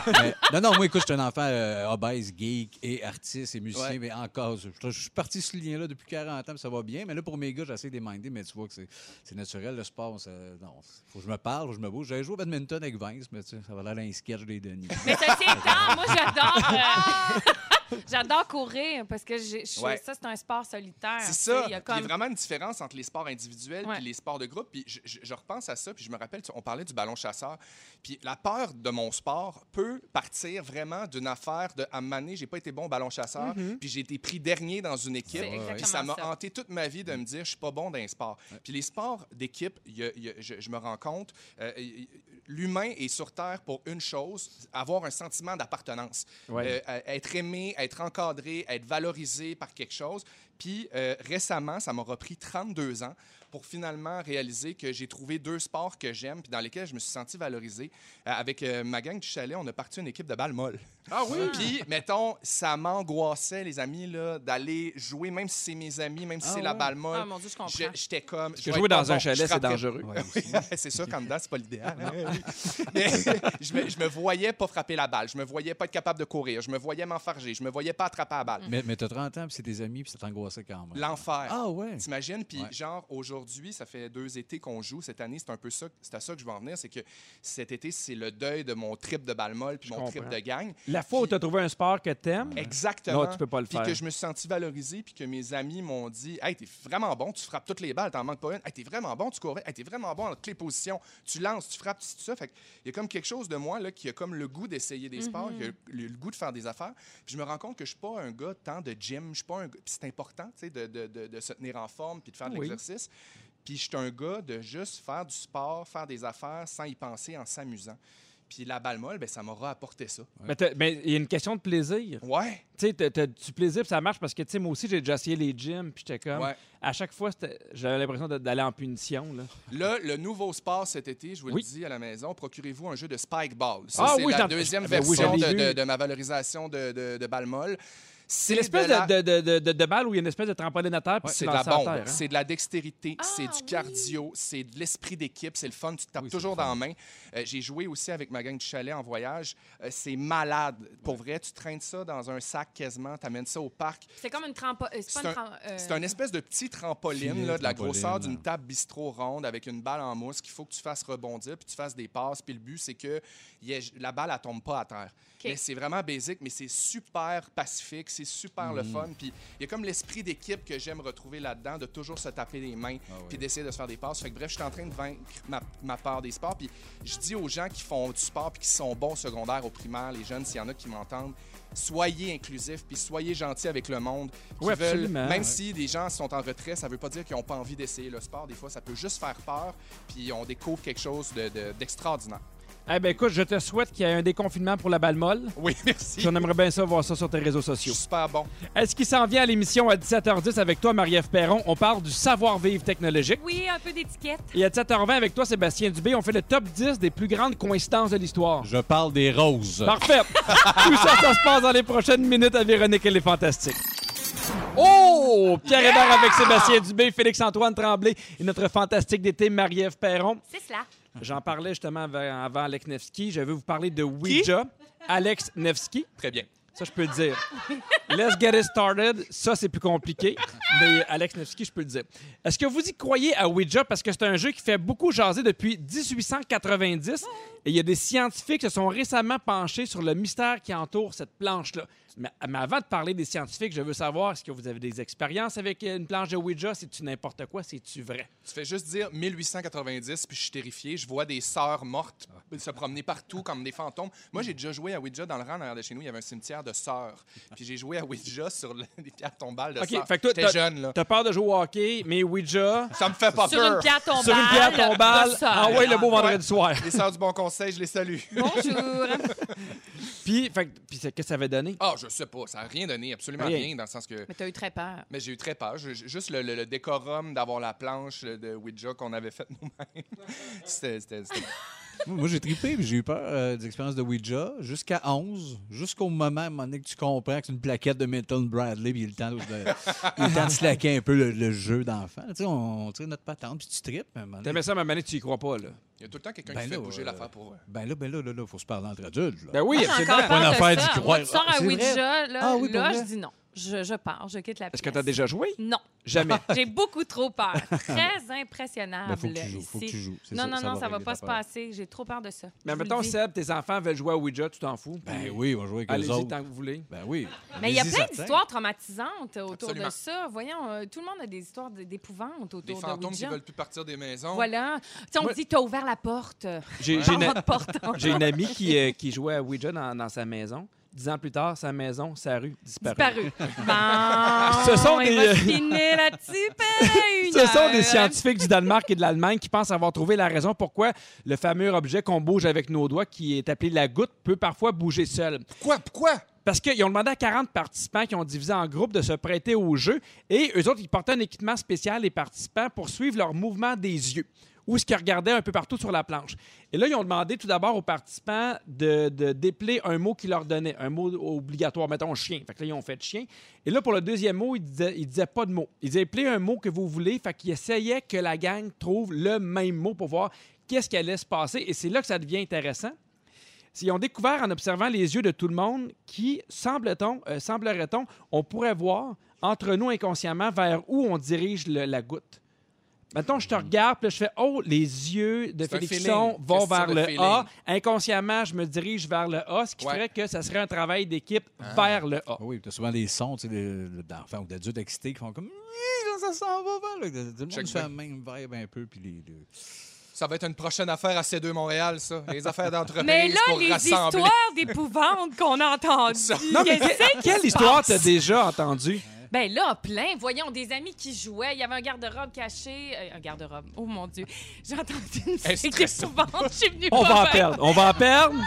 Speaker 5: Mais- Non, non, moi, écoute, je suis un enfant euh, obèse, geek et artiste et musicien,
Speaker 2: Ouais.
Speaker 5: mais encore, je, je suis parti sur ce lien-là depuis 40 ans, puis ça va bien. Mais là, pour mes gars, j'essaie de les minder, mais tu vois que c'est- c'est naturel, le sport. Ça, non, faut que je me parle, faut que je me bouge. J'avais joué au badminton avec Vince, mais tu sais, ça va l'air un sketch des Denis.
Speaker 3: Mais ceci étant, moi, j'adore. euh, J'adore courir parce que j'ai- je
Speaker 2: Ouais.
Speaker 3: ça, c'est un sport solitaire.
Speaker 2: C'est
Speaker 3: tu
Speaker 2: ça.
Speaker 3: sais,
Speaker 2: Puis Ah, Il y,
Speaker 3: comme-
Speaker 2: a vraiment une différence entre les sports individuels
Speaker 3: Ouais.
Speaker 2: et les sports de groupe. Puis je, je- je repense à ça, puis je me rappelle, tu- on parlait du ballon chasseur. Puis la peur de mon sport peut partir vraiment d'une affaire de à un moment donné, j'ai pas été bon au ballon chasseur, puis j'ai été pris dernier dans une équipe.
Speaker 3: C'est exactement
Speaker 2: Puis ça m'a
Speaker 3: ça.
Speaker 2: hanté toute ma vie de me dire, je suis pas bon dans les sports. Puis les sports d'équipe, il y a- il y a- je, je me rends compte, euh, il- l'humain est sur Terre pour une chose, avoir un sentiment d'appartenance.
Speaker 1: Ouais.
Speaker 2: Euh, euh, être aimé, être encadré, être valorisé par quelque chose. Puis euh, récemment, ça m'a repris 32 ans pour finalement réaliser que j'ai trouvé deux sports que j'aime puis dans lesquels je me suis senti valorisé. Euh, avec euh, ma gang du chalet, on a parti une équipe de balle molle. Ah oui? Puis, mettons, ça m'angoissait, les amis, là, d'aller jouer, même si c'est mes amis, même si
Speaker 5: Ah
Speaker 2: c'est la
Speaker 5: ouais.
Speaker 2: balle molle.
Speaker 3: Ah, mon Dieu, je comprends.
Speaker 2: Je- J'étais comme... je vais
Speaker 1: Que jouer
Speaker 2: être pas
Speaker 1: dans un
Speaker 2: bon. Je
Speaker 1: chalet, c'est
Speaker 2: frapperais-
Speaker 1: dangereux.
Speaker 5: Ouais,
Speaker 2: oui, c'est sûr qu'en dedans, c'est pas l'idéal. hein. Mais je, me, je me voyais pas frapper la balle.
Speaker 3: Mm.
Speaker 2: Je me voyais pas être capable de courir. Je me voyais m'enfarger. Je me voyais pas attraper la balle.
Speaker 5: Mais, mais t'as 30 ans, puis c'est tes amis, puis ça passait quand même.
Speaker 2: L'enfer.
Speaker 5: Ah ouais.
Speaker 2: T'imagines? Puis,
Speaker 5: Ouais.
Speaker 2: genre, aujourd'hui, ça fait deux étés qu'on joue. Cette année, c'est un peu ça. C'est à ça que je veux en venir. C'est que cet été, c'est le deuil de mon trip de balmol puis
Speaker 1: Je
Speaker 2: mon trip
Speaker 1: comprends.
Speaker 2: de gang.
Speaker 1: La fois où tu as trouvé un sport que t'aimes,
Speaker 2: Exactement.
Speaker 1: Non, tu peux pas le
Speaker 2: Puis
Speaker 1: faire.
Speaker 2: que je me suis senti valorisé, puis que mes amis m'ont dit Hey, t'es vraiment bon, tu frappes toutes les balles, t'en manques pas une. Hey, t'es vraiment bon, tu courais. Hey, t'es vraiment bon dans toutes les positions. Tu lances, tu frappes, tu fais ça. Fait que il y a comme quelque chose de moi là, qui a comme le goût d'essayer des sports, qui a le, le goût de faire des affaires. Puis je me rends compte que je suis pas un gars tant de gym, je suis pas un gars- Puis c'est important, tu sais, de, de- de- de se tenir en forme, puis de faire de
Speaker 1: Oui.
Speaker 2: l'exercice. Puis je suis un gars de juste faire du sport, faire des affaires sans y penser, en s'amusant. Puis la balle molle, ben, ça m'aura apporté ça.
Speaker 1: mais t'as- mais il y a une question de plaisir.
Speaker 2: Ouais.
Speaker 1: Tu sais, t'as- t'as du plaisir, puis ça marche parce que, tu sais, moi aussi, j'ai déjà essayé les gyms, puis j'étais comme.
Speaker 2: Ouais.
Speaker 1: À chaque fois, c'était- j'avais l'impression de- d'aller en punition, là.
Speaker 2: Là, le nouveau sport cet été, je vous
Speaker 1: Oui.
Speaker 2: le dis à la maison, procurez-vous un jeu de Spike Ball. Ça,
Speaker 1: Ah
Speaker 2: c'est
Speaker 1: oui,
Speaker 2: la
Speaker 1: j'en-
Speaker 2: deuxième
Speaker 1: ben oui,
Speaker 2: version
Speaker 1: j'en ai
Speaker 2: de, de-
Speaker 1: vu.
Speaker 2: de ma valorisation de, de, de balle molle.
Speaker 1: C'est l'espèce
Speaker 2: de la-
Speaker 1: de, de, de, de- de balle où il y a une espèce de trampoline à terre, puis tu
Speaker 2: c'est de la
Speaker 1: lances à
Speaker 2: bombe,
Speaker 1: terre. hein.
Speaker 2: c'est de la dextérité,
Speaker 3: Ah,
Speaker 2: c'est du
Speaker 3: oui.
Speaker 2: cardio, c'est de l'esprit d'équipe, c'est le fun, tu te tapes
Speaker 5: Oui, c'est
Speaker 2: toujours
Speaker 5: le fun.
Speaker 2: dans la main. Euh, J'ai joué aussi avec ma gang du chalet en voyage. Euh, c'est malade. Pour vrai, tu traînes ça dans un sac quasiment, tu amènes ça au parc.
Speaker 3: C'est comme une trampoline. C'est pas
Speaker 2: C'est
Speaker 3: une tram- euh,
Speaker 2: C'est un espèce de petit trampoline
Speaker 5: Filet,
Speaker 2: là, de la
Speaker 5: trampoline,
Speaker 2: grosseur d'une
Speaker 5: hein.
Speaker 2: table bistrot ronde avec une balle en mousse qu'il faut que tu fasses rebondir puis tu fasses des passes. Puis le but, c'est que il y ait- la balle, elle tombe pas à terre. Mais c'est vraiment basique, mais c'est super pacifique, c'est super le fun. Puis il y a comme l'esprit d'équipe que j'aime retrouver là-dedans, de toujours se taper les mains
Speaker 5: Ah ouais.
Speaker 2: puis d'essayer de se faire des passes. Fait que bref, je suis en train de vaincre ma, ma peur des sports. Puis je dis aux gens qui font du sport puis qui sont bons au secondaire, au primaire, les jeunes, s'il y en a qui m'entendent, soyez inclusifs puis soyez gentils avec le monde. qui
Speaker 1: Oui,
Speaker 2: veulent-
Speaker 1: absolument.
Speaker 2: même si des gens sont en retrait, ça veut pas dire qu'ils n'ont pas envie d'essayer le sport. Des fois, ça peut juste faire peur, puis on découvre quelque chose de- de- d'extraordinaire.
Speaker 1: Eh bien, écoute, je te souhaite qu'il y ait un déconfinement pour la balle molle.
Speaker 2: oui, merci.
Speaker 1: Puis On aimerait bien ça voir ça sur tes réseaux
Speaker 2: Je
Speaker 1: sociaux.
Speaker 2: suis super bon.
Speaker 1: Est-ce qu'il s'en vient à l'émission à 17h10 avec toi, Marie-Ève Perron? On parle du savoir-vivre technologique.
Speaker 3: Oui, un peu d'étiquette.
Speaker 1: Et à 17h20 avec toi, Sébastien Dubé, on fait le top 10 des plus grandes coïncidences de l'histoire.
Speaker 5: Je parle des roses.
Speaker 1: Parfait! Tout ça, ça se passe dans les prochaines minutes à Véronique et les Fantastiques. Oh! Pierre Hébert avec Sébastien Dubé, Félix-Antoine Tremblay et notre fantastique d'été, Marie-Ève Perron.
Speaker 3: C'est cela.
Speaker 1: J'en parlais justement avant, avant Alex Nevsky. Je vais vous parler de Ouija. Alex Nevsky.
Speaker 2: Très bien.
Speaker 1: Ça, je peux le dire. Let's get it started. Ça, c'est plus compliqué. Mais Alex Nevsky, je peux le dire. Est-ce que vous y croyez à Ouija? Parce que c'est un jeu qui fait beaucoup jaser depuis 1890. Et il y a des scientifiques qui se sont récemment penchés sur le mystère qui entoure cette planche-là. Mais, mais avant de parler des scientifiques, je veux savoir, est-ce que vous avez des expériences avec une planche de Ouija? C'est-tu n'importe quoi? C'est-tu vrai?
Speaker 2: Tu fais juste dire 1890, puis je suis terrifié. Je vois des sœurs mortes se promener partout comme des fantômes. Moi, j'ai déjà joué à Ouija dans le rang en arrière de chez nous. Il y avait un cimetière de sœurs. Puis j'ai joué à Ouija sur le- des pierres tombales de
Speaker 1: OK,
Speaker 2: sœurs.
Speaker 1: fait que toi,
Speaker 2: J'étais
Speaker 1: t'as-
Speaker 2: jeune, là.
Speaker 1: T'as peur de jouer au hockey, mais Ouija,
Speaker 2: Ça me fait pas
Speaker 3: Sur
Speaker 2: Ah, peur.
Speaker 3: une pierre tombale.
Speaker 1: sur une pierre tombale,
Speaker 3: de sol.
Speaker 1: ah ouais, le beau
Speaker 2: Ouais.
Speaker 1: vendredi soir.
Speaker 2: Les sœurs du Bon Conseil, je les salue.
Speaker 3: Bonjour.
Speaker 1: Puis, fait que- puis c'est- qu'est-ce que ça avait donné?
Speaker 2: Ah, je sais pas. Ça n'a rien donné, absolument
Speaker 1: Rien.
Speaker 2: rien, dans le sens que...
Speaker 3: Mais t'as eu très peur.
Speaker 2: Mais j'ai eu très peur. Je- je- juste le, le- le décorum d'avoir la planche de Ouija qu'on avait faite nous-mêmes. C'était- c'était- c'était-
Speaker 5: Moi, j'ai trippé puis j'ai eu peur euh, des expériences de Ouija jusqu'à 11, jusqu'au moment, à un moment donné, que tu comprends que c'est une plaquette de Milton Bradley, puis il y a le temps de, il y a le temps de slacker un peu le, le jeu d'enfant. Tu sais, on, on tire notre patente, puis tu tripes. mais à un moment donné,
Speaker 1: T'aimais ça, ma manette, tu y crois pas, là.
Speaker 2: Il y a tout le temps quelqu'un
Speaker 5: Ben
Speaker 2: qui fait
Speaker 5: là,
Speaker 2: bouger
Speaker 5: euh,
Speaker 2: l'affaire pour eux.
Speaker 5: Ben là, ben là, là, là, faut se parler entre adultes. là.
Speaker 1: Ben oui,
Speaker 3: Moi, j'ai
Speaker 1: absolument.
Speaker 3: encore peur
Speaker 5: Point
Speaker 3: de
Speaker 5: d'affaire,
Speaker 3: ça.
Speaker 5: d'y
Speaker 3: Moi,
Speaker 5: croire.
Speaker 3: tu sors
Speaker 5: C'est
Speaker 3: un
Speaker 5: vrai?
Speaker 3: Ouija, là,
Speaker 5: Ah oui, pour
Speaker 3: là
Speaker 5: vrai?
Speaker 3: je dis non. Je, je pars, je quitte la
Speaker 1: Est-ce
Speaker 3: pièce.
Speaker 1: que t'as déjà joué?
Speaker 3: Non,
Speaker 1: Jamais.
Speaker 3: j'ai beaucoup trop peur. Très impressionnable.
Speaker 5: Ben, Ah, faut que tu joues,
Speaker 3: ici.
Speaker 5: faut que tu joues. C'est
Speaker 3: Ah, Non,
Speaker 5: ça,
Speaker 3: non,
Speaker 5: ça
Speaker 3: non,
Speaker 5: va
Speaker 3: ça va
Speaker 5: régler
Speaker 3: pas
Speaker 5: ta
Speaker 3: se
Speaker 5: peur.
Speaker 3: passer. J'ai trop peur de ça.
Speaker 1: Mais
Speaker 3: Je vous le
Speaker 1: mettons,
Speaker 3: dis.
Speaker 1: Seb, tes enfants veulent jouer à Ouija, tu t'en fous.
Speaker 5: Ben oui, on va jouer avec les
Speaker 1: Allez-y
Speaker 5: autres.
Speaker 1: tant que vous voulez.
Speaker 5: Ben oui.
Speaker 3: Mais il y a
Speaker 5: Allez-y,
Speaker 3: plein
Speaker 5: certain.
Speaker 3: d'histoires traumatisantes autour
Speaker 2: Absolument.
Speaker 3: de ça. Voyons, euh, tout le monde a des histoires d- d'épouvante autour
Speaker 2: Des
Speaker 3: de
Speaker 2: fantômes qui
Speaker 3: Ouija.
Speaker 2: veulent plus partir des maisons.
Speaker 3: Voilà. Tu sais, on
Speaker 1: Moi-
Speaker 3: dit, t'as ouvert la porte.
Speaker 1: J'ai j'ai
Speaker 3: J'ai
Speaker 1: une,
Speaker 3: de porte.
Speaker 1: j'ai une amie qui, euh, qui jouait à Ouija dans, dans sa maison. Dix ans plus tard, sa maison, sa rue, disparue.
Speaker 3: Disparu. Bon,
Speaker 1: Ce sont
Speaker 3: il
Speaker 1: des- euh,
Speaker 3: va se finir là-dessus pendant une
Speaker 1: Ce sont
Speaker 3: heure.
Speaker 1: des scientifiques du Danemark et de l'Allemagne qui pensent avoir trouvé la raison pourquoi le fameux objet qu'on bouge avec nos doigts, qui est appelé la goutte, peut parfois bouger seul.
Speaker 2: Pourquoi? Pourquoi?
Speaker 1: Parce qu'ils ont demandé à 40 participants qui ont divisé en groupes de se prêter au jeu et eux autres, ils portaient un équipement spécial, les participants, pour suivre leur mouvement des yeux ou ce qu'ils regardaient un peu partout sur la planche. Et là, ils ont demandé tout d'abord aux participants de, de dépeler un mot qu'ils leur donnait, un mot obligatoire, mettons chien. Fait que là, ils ont fait chien. Et là, pour le deuxième mot, ils disaient, ils disaient pas de mot. Ils disaient déplez un mot que vous voulez. Fait qu'ils essayaient que la gang trouve le même mot pour voir qu'est-ce qui allait se passer. Et c'est là que ça devient intéressant Ils ont découvert en observant les yeux de tout le monde qui, semble-t-on, euh, semblerait-on, on pourrait voir entre nous inconsciemment vers où on dirige le- la goutte. Maintenant, je te regarde, puis là, je fais Oh, les yeux de
Speaker 2: C'est un
Speaker 1: Félixon
Speaker 2: feeling.
Speaker 1: vont
Speaker 2: Question
Speaker 1: vers
Speaker 2: de
Speaker 1: le
Speaker 2: feeling.
Speaker 1: A. Inconsciemment, je me dirige vers le A, ce qui
Speaker 2: Ouais.
Speaker 1: ferait que ça serait un travail d'équipe vers le A.
Speaker 5: Ah oui, t'as souvent des sons, tu sais, de- de- d'enfants ou d'adultes excités qui font comme Hum, ça s'en va vers là. Tout le
Speaker 2: Check
Speaker 5: monde
Speaker 2: back.
Speaker 5: fait la même vibe un peu, puis les, les-
Speaker 2: Ça va être une prochaine affaire à C2 Montréal, ça. Les affaires d'entreprise
Speaker 3: Mais là,
Speaker 2: pour
Speaker 3: les
Speaker 2: rassembler.
Speaker 3: histoires d'épouvante qu'on a entendues.
Speaker 2: Ça-
Speaker 1: Non, mais
Speaker 3: qu'est-ce
Speaker 1: que-
Speaker 3: qui
Speaker 1: quelle
Speaker 3: se
Speaker 1: histoire
Speaker 3: passe?
Speaker 1: t'as déjà entendue?
Speaker 3: Ben là, plein. Voyons, des amis qui jouaient. Il y avait un garde-robe caché. Euh, un garde-robe. Oh mon Dieu. J'ai entendu une
Speaker 2: Elle
Speaker 3: musique
Speaker 2: stresse.
Speaker 3: épouvante. Je suis venue
Speaker 1: On
Speaker 3: pas
Speaker 1: va en
Speaker 3: bien.
Speaker 1: perdre. On va en perdre.
Speaker 3: Non,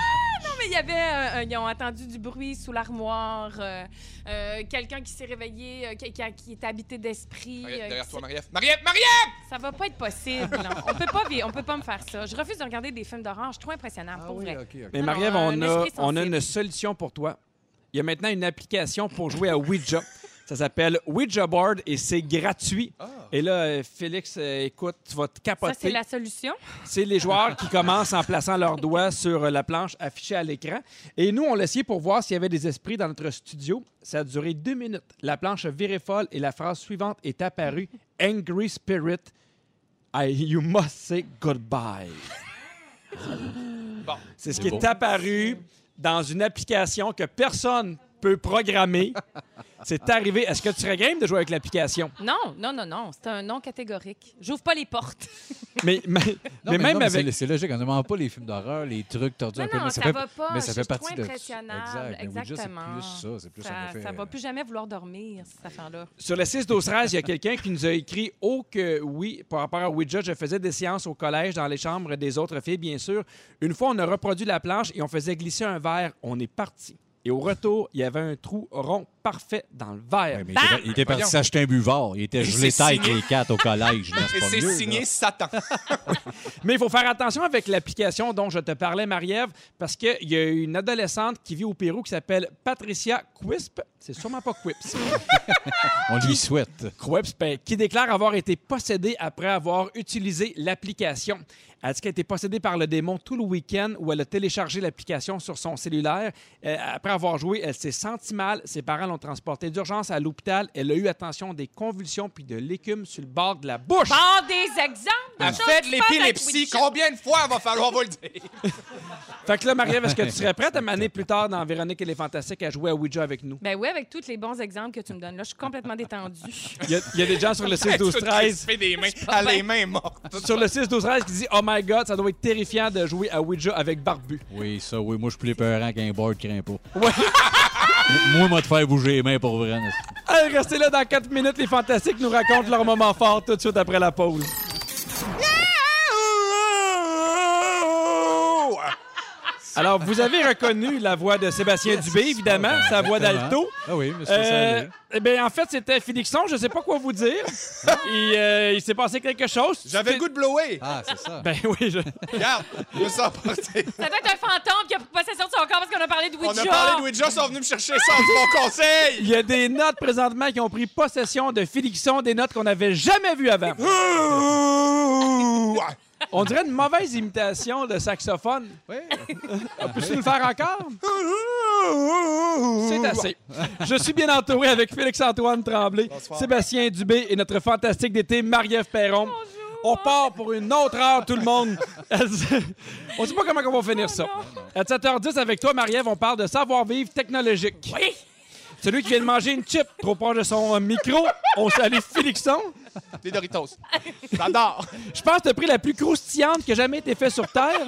Speaker 3: mais il y avait. euh, un- ils ont entendu du bruit sous l'armoire. euh, euh, Quelqu'un qui s'est réveillé, euh, qui, qui- qui est habité d'esprit.
Speaker 2: Marie-
Speaker 3: euh,
Speaker 2: Derrière
Speaker 3: qui
Speaker 2: toi,
Speaker 3: s'est-
Speaker 2: Marie-Ève. Marie-Ève, Marie-Ève!
Speaker 3: Ça va pas être possible. non. On peut pas, vi- on peut pas me faire ça. Je refuse de regarder des films d'horreur. Je suis trop impressionnant,
Speaker 5: Ah
Speaker 3: pour
Speaker 5: oui,
Speaker 3: vrai.
Speaker 5: ok, ok.
Speaker 1: Mais
Speaker 3: Non,
Speaker 1: Marie-Ève,
Speaker 3: non,
Speaker 1: on,
Speaker 3: un
Speaker 1: a,
Speaker 3: esprit
Speaker 1: on a
Speaker 3: sensible.
Speaker 1: une solution pour toi. Il y a maintenant une application pour jouer à Ouija. Ça s'appelle Ouija Board et c'est gratuit. Et là, euh, Félix, euh, écoute, tu vas te
Speaker 3: Ah. Ça, c'est
Speaker 1: capoter.
Speaker 3: la solution.
Speaker 1: C'est les joueurs qui commencent en plaçant leurs doigts sur euh, la planche affichée à l'écran. Et nous, on l'a essayé pour voir s'il y avait des esprits dans notre studio. Ça a duré deux minutes. La planche a viré folle et la phrase suivante est apparue. Angry Spirit, I- you must say goodbye.
Speaker 2: Bon.
Speaker 1: C'est ce
Speaker 5: C'est
Speaker 1: qui
Speaker 5: beau.
Speaker 1: est apparu dans une application que personne peut programmer. C'est arrivé. Est-ce que tu serais game de jouer avec l'application?
Speaker 3: Non, non, non, non. C'est un non catégorique. J'ouvre pas les portes.
Speaker 1: Mais, mais, mais
Speaker 5: Non,
Speaker 1: même
Speaker 5: non, c'est-
Speaker 1: avec...
Speaker 5: C'est logique, on ne demande pas les films d'horreur, les trucs tordus
Speaker 3: Non,
Speaker 5: un peu.
Speaker 3: non,
Speaker 5: mais
Speaker 3: ça
Speaker 5: fait-
Speaker 3: va pas.
Speaker 5: Mais ça
Speaker 3: Je
Speaker 5: fait
Speaker 3: suis trop
Speaker 5: partie de.
Speaker 3: impressionnable.
Speaker 5: Exact. Mais Ouija,
Speaker 3: Exactement.
Speaker 5: c'est plus ça. euh, C'est plus un
Speaker 3: Ça,
Speaker 5: effet.
Speaker 3: ça va plus jamais vouloir dormir, cette affaire-là.
Speaker 1: Sur le 6 12 13, il y a quelqu'un qui nous a écrit Oh que oui, par rapport à Ouija, je faisais des séances au collège dans les chambres des autres filles, bien sûr. Une fois, on a reproduit la planche et on faisait glisser un verre. On est parti. Et au retour, il y avait un trou rond parfait dans le verre.
Speaker 5: Ouais, mais il
Speaker 3: Bah!
Speaker 5: était- il était parti
Speaker 2: Voyons.
Speaker 5: s'acheter un buvard. Il était
Speaker 2: Et
Speaker 5: gelé
Speaker 2: c'est
Speaker 5: tête avec les quatre au collège. là,
Speaker 2: Et
Speaker 5: pas
Speaker 2: c'est
Speaker 5: mieux, là.
Speaker 2: signé Satan.
Speaker 1: Mais il faut faire attention avec l'application dont je te parlais, Marie-Ève, parce qu'il y a une adolescente qui vit au Pérou qui s'appelle Patricia Quisp. C'est sûrement pas Quips.
Speaker 5: On lui souhaite.
Speaker 1: Quips, ben, qui déclare avoir été possédée après avoir utilisé l'application. Elle dit qu'elle a été possédée par le démon tout le week-end où elle a téléchargé l'application sur son cellulaire. Euh, après avoir joué, elle s'est sentie mal. Ses parents l'ont transportée d'urgence à l'hôpital. Elle a eu, attention, des convulsions puis de l'écume sur le bord de la bouche.
Speaker 3: Prends des exemples. de
Speaker 2: Elle
Speaker 3: choses
Speaker 2: fait
Speaker 3: qui
Speaker 2: de
Speaker 3: se passent avec
Speaker 2: l'épilepsie.
Speaker 3: Ouija.
Speaker 2: Combien de fois va falloir vous le dire?
Speaker 1: Fait que là, Marie-Ève, est-ce que tu serais prête à m'amener plus tard dans Véronique et les Fantastiques à jouer à Ouija avec nous?
Speaker 3: Ben oui, avec tous les bons exemples que tu me donnes. Là, je suis complètement détendue.
Speaker 1: Il y, a- il y a des gens sur le 6-12-13
Speaker 2: fait des mains. Elle a les mains mortes.
Speaker 1: sur le 6-12-13 qui disent « Oh my God, ça doit être terrifiant de jouer à Ouija avec Barbu.
Speaker 5: Oui, ça, oui. Moi, je suis plus épeurant qu'un board craint pas. Moi, moi, te faire bouger les mains pour vrai. n'est-ce pas? »
Speaker 1: Allez, restez là dans 4 minutes. Les Fantastiques nous racontent leur moment fort tout de suite après la pause. Alors, vous avez reconnu la voix de Sébastien Dubé, évidemment, sa voix
Speaker 5: Exactement.
Speaker 1: d'alto.
Speaker 5: Ah oui, mais c'est ça.
Speaker 1: Euh,
Speaker 5: allait.
Speaker 1: eh bien, en fait, c'était Félixon. Je sais pas quoi vous dire. Il, euh, il s'est passé quelque chose.
Speaker 2: J'avais le goût de blower.
Speaker 5: Ah, c'est ça.
Speaker 1: Ben oui, je...
Speaker 2: Regarde, je me suis emporté.
Speaker 3: Ça doit être un fantôme qui a pris possession de son corps parce qu'on a parlé de
Speaker 2: On
Speaker 3: Ouija.
Speaker 2: a parlé de Ouija, ils sont venus me chercher sans mon conseil.
Speaker 1: Il y a des notes présentement qui ont pris possession de Félixon, des notes qu'on n'avait jamais vues avant.
Speaker 2: Ouh!
Speaker 1: On dirait une mauvaise imitation de saxophone. Ah,
Speaker 5: Ouais.
Speaker 1: Peux-tu nous le faire encore? C'est assez. Je suis bien entouré avec Félix-Antoine Tremblay,
Speaker 2: Bonsoir.
Speaker 1: Sébastien Dubé et notre fantastique d'été, Marie-Ève Perron. On part pour une autre heure, tout le monde. on sait pas comment on va finir ça. À 7h10, avec toi, Marie-Ève, on parle de savoir-vivre technologique.
Speaker 3: Oui.
Speaker 1: Celui qui vient de manger une chip trop proche de son euh, micro, on salue Félixon.
Speaker 2: Des Doritos. J'adore.
Speaker 1: Je pense que t'as pris la plus croustillante qui a jamais été faite sur Terre.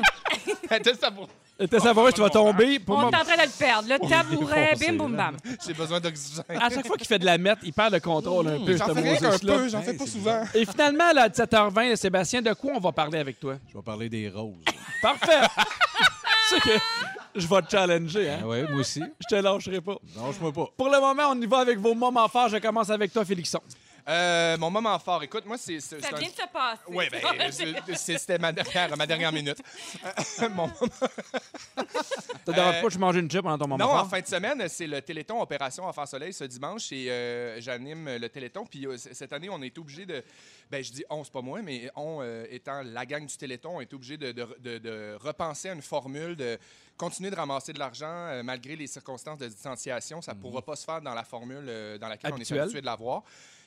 Speaker 2: T'as ça pour-
Speaker 1: T'es savoureux, tu vas tomber. Pour
Speaker 3: On
Speaker 1: moi-
Speaker 3: est en train de le perdre. Le tabouret, bim, boum, bam.
Speaker 2: J'ai besoin d'oxygène.
Speaker 1: À chaque fois qu'il fait de la mette, il perd le contrôle un peu.
Speaker 2: Hmm. J'en
Speaker 1: ce
Speaker 2: fais rien qu'un
Speaker 1: Moses-là.
Speaker 2: peu, j'en fais pas souvent.
Speaker 1: Et finalement, là, à 17h20, Sébastien, de quoi on va parler avec toi?
Speaker 5: Je vais parler des roses.
Speaker 1: Parfait! C'est que je vais te challenger, hein?
Speaker 5: Ah ouais, moi aussi.
Speaker 1: Je te lâcherai pas.
Speaker 5: Lâche-moi pas.
Speaker 1: Pour le moment, on y va avec vos moments forts. Je commence avec toi, Félixon.
Speaker 2: Euh, mon moment fort, écoute, moi, c'est. c'est- c'est
Speaker 3: Ça
Speaker 2: un-
Speaker 3: vient de se passer.
Speaker 2: Oui, ben, c'est- c'est- c'était ma dernière, ma dernière minute. Euh, Mon moment-
Speaker 1: T'as devrais pas que je mange une chip pendant ton moment
Speaker 2: Euh, non, en
Speaker 1: fort?
Speaker 2: fin de semaine, c'est le Téléthon Opération Enfant Soleil ce dimanche et euh, j'anime le Téléthon. Puis euh, c- cette année, on est obligé de. Ben, je dis on, c'est pas moi, mais on euh, étant la gang du Téléthon, on est obligé de, de- de- de repenser à une formule de continuer de ramasser de l'argent euh, malgré les circonstances de distanciation. Ça ne pourra pas se faire dans la formule euh, dans laquelle on
Speaker 1: Mhm. Habituelle.
Speaker 2: est habitué de l'avoir.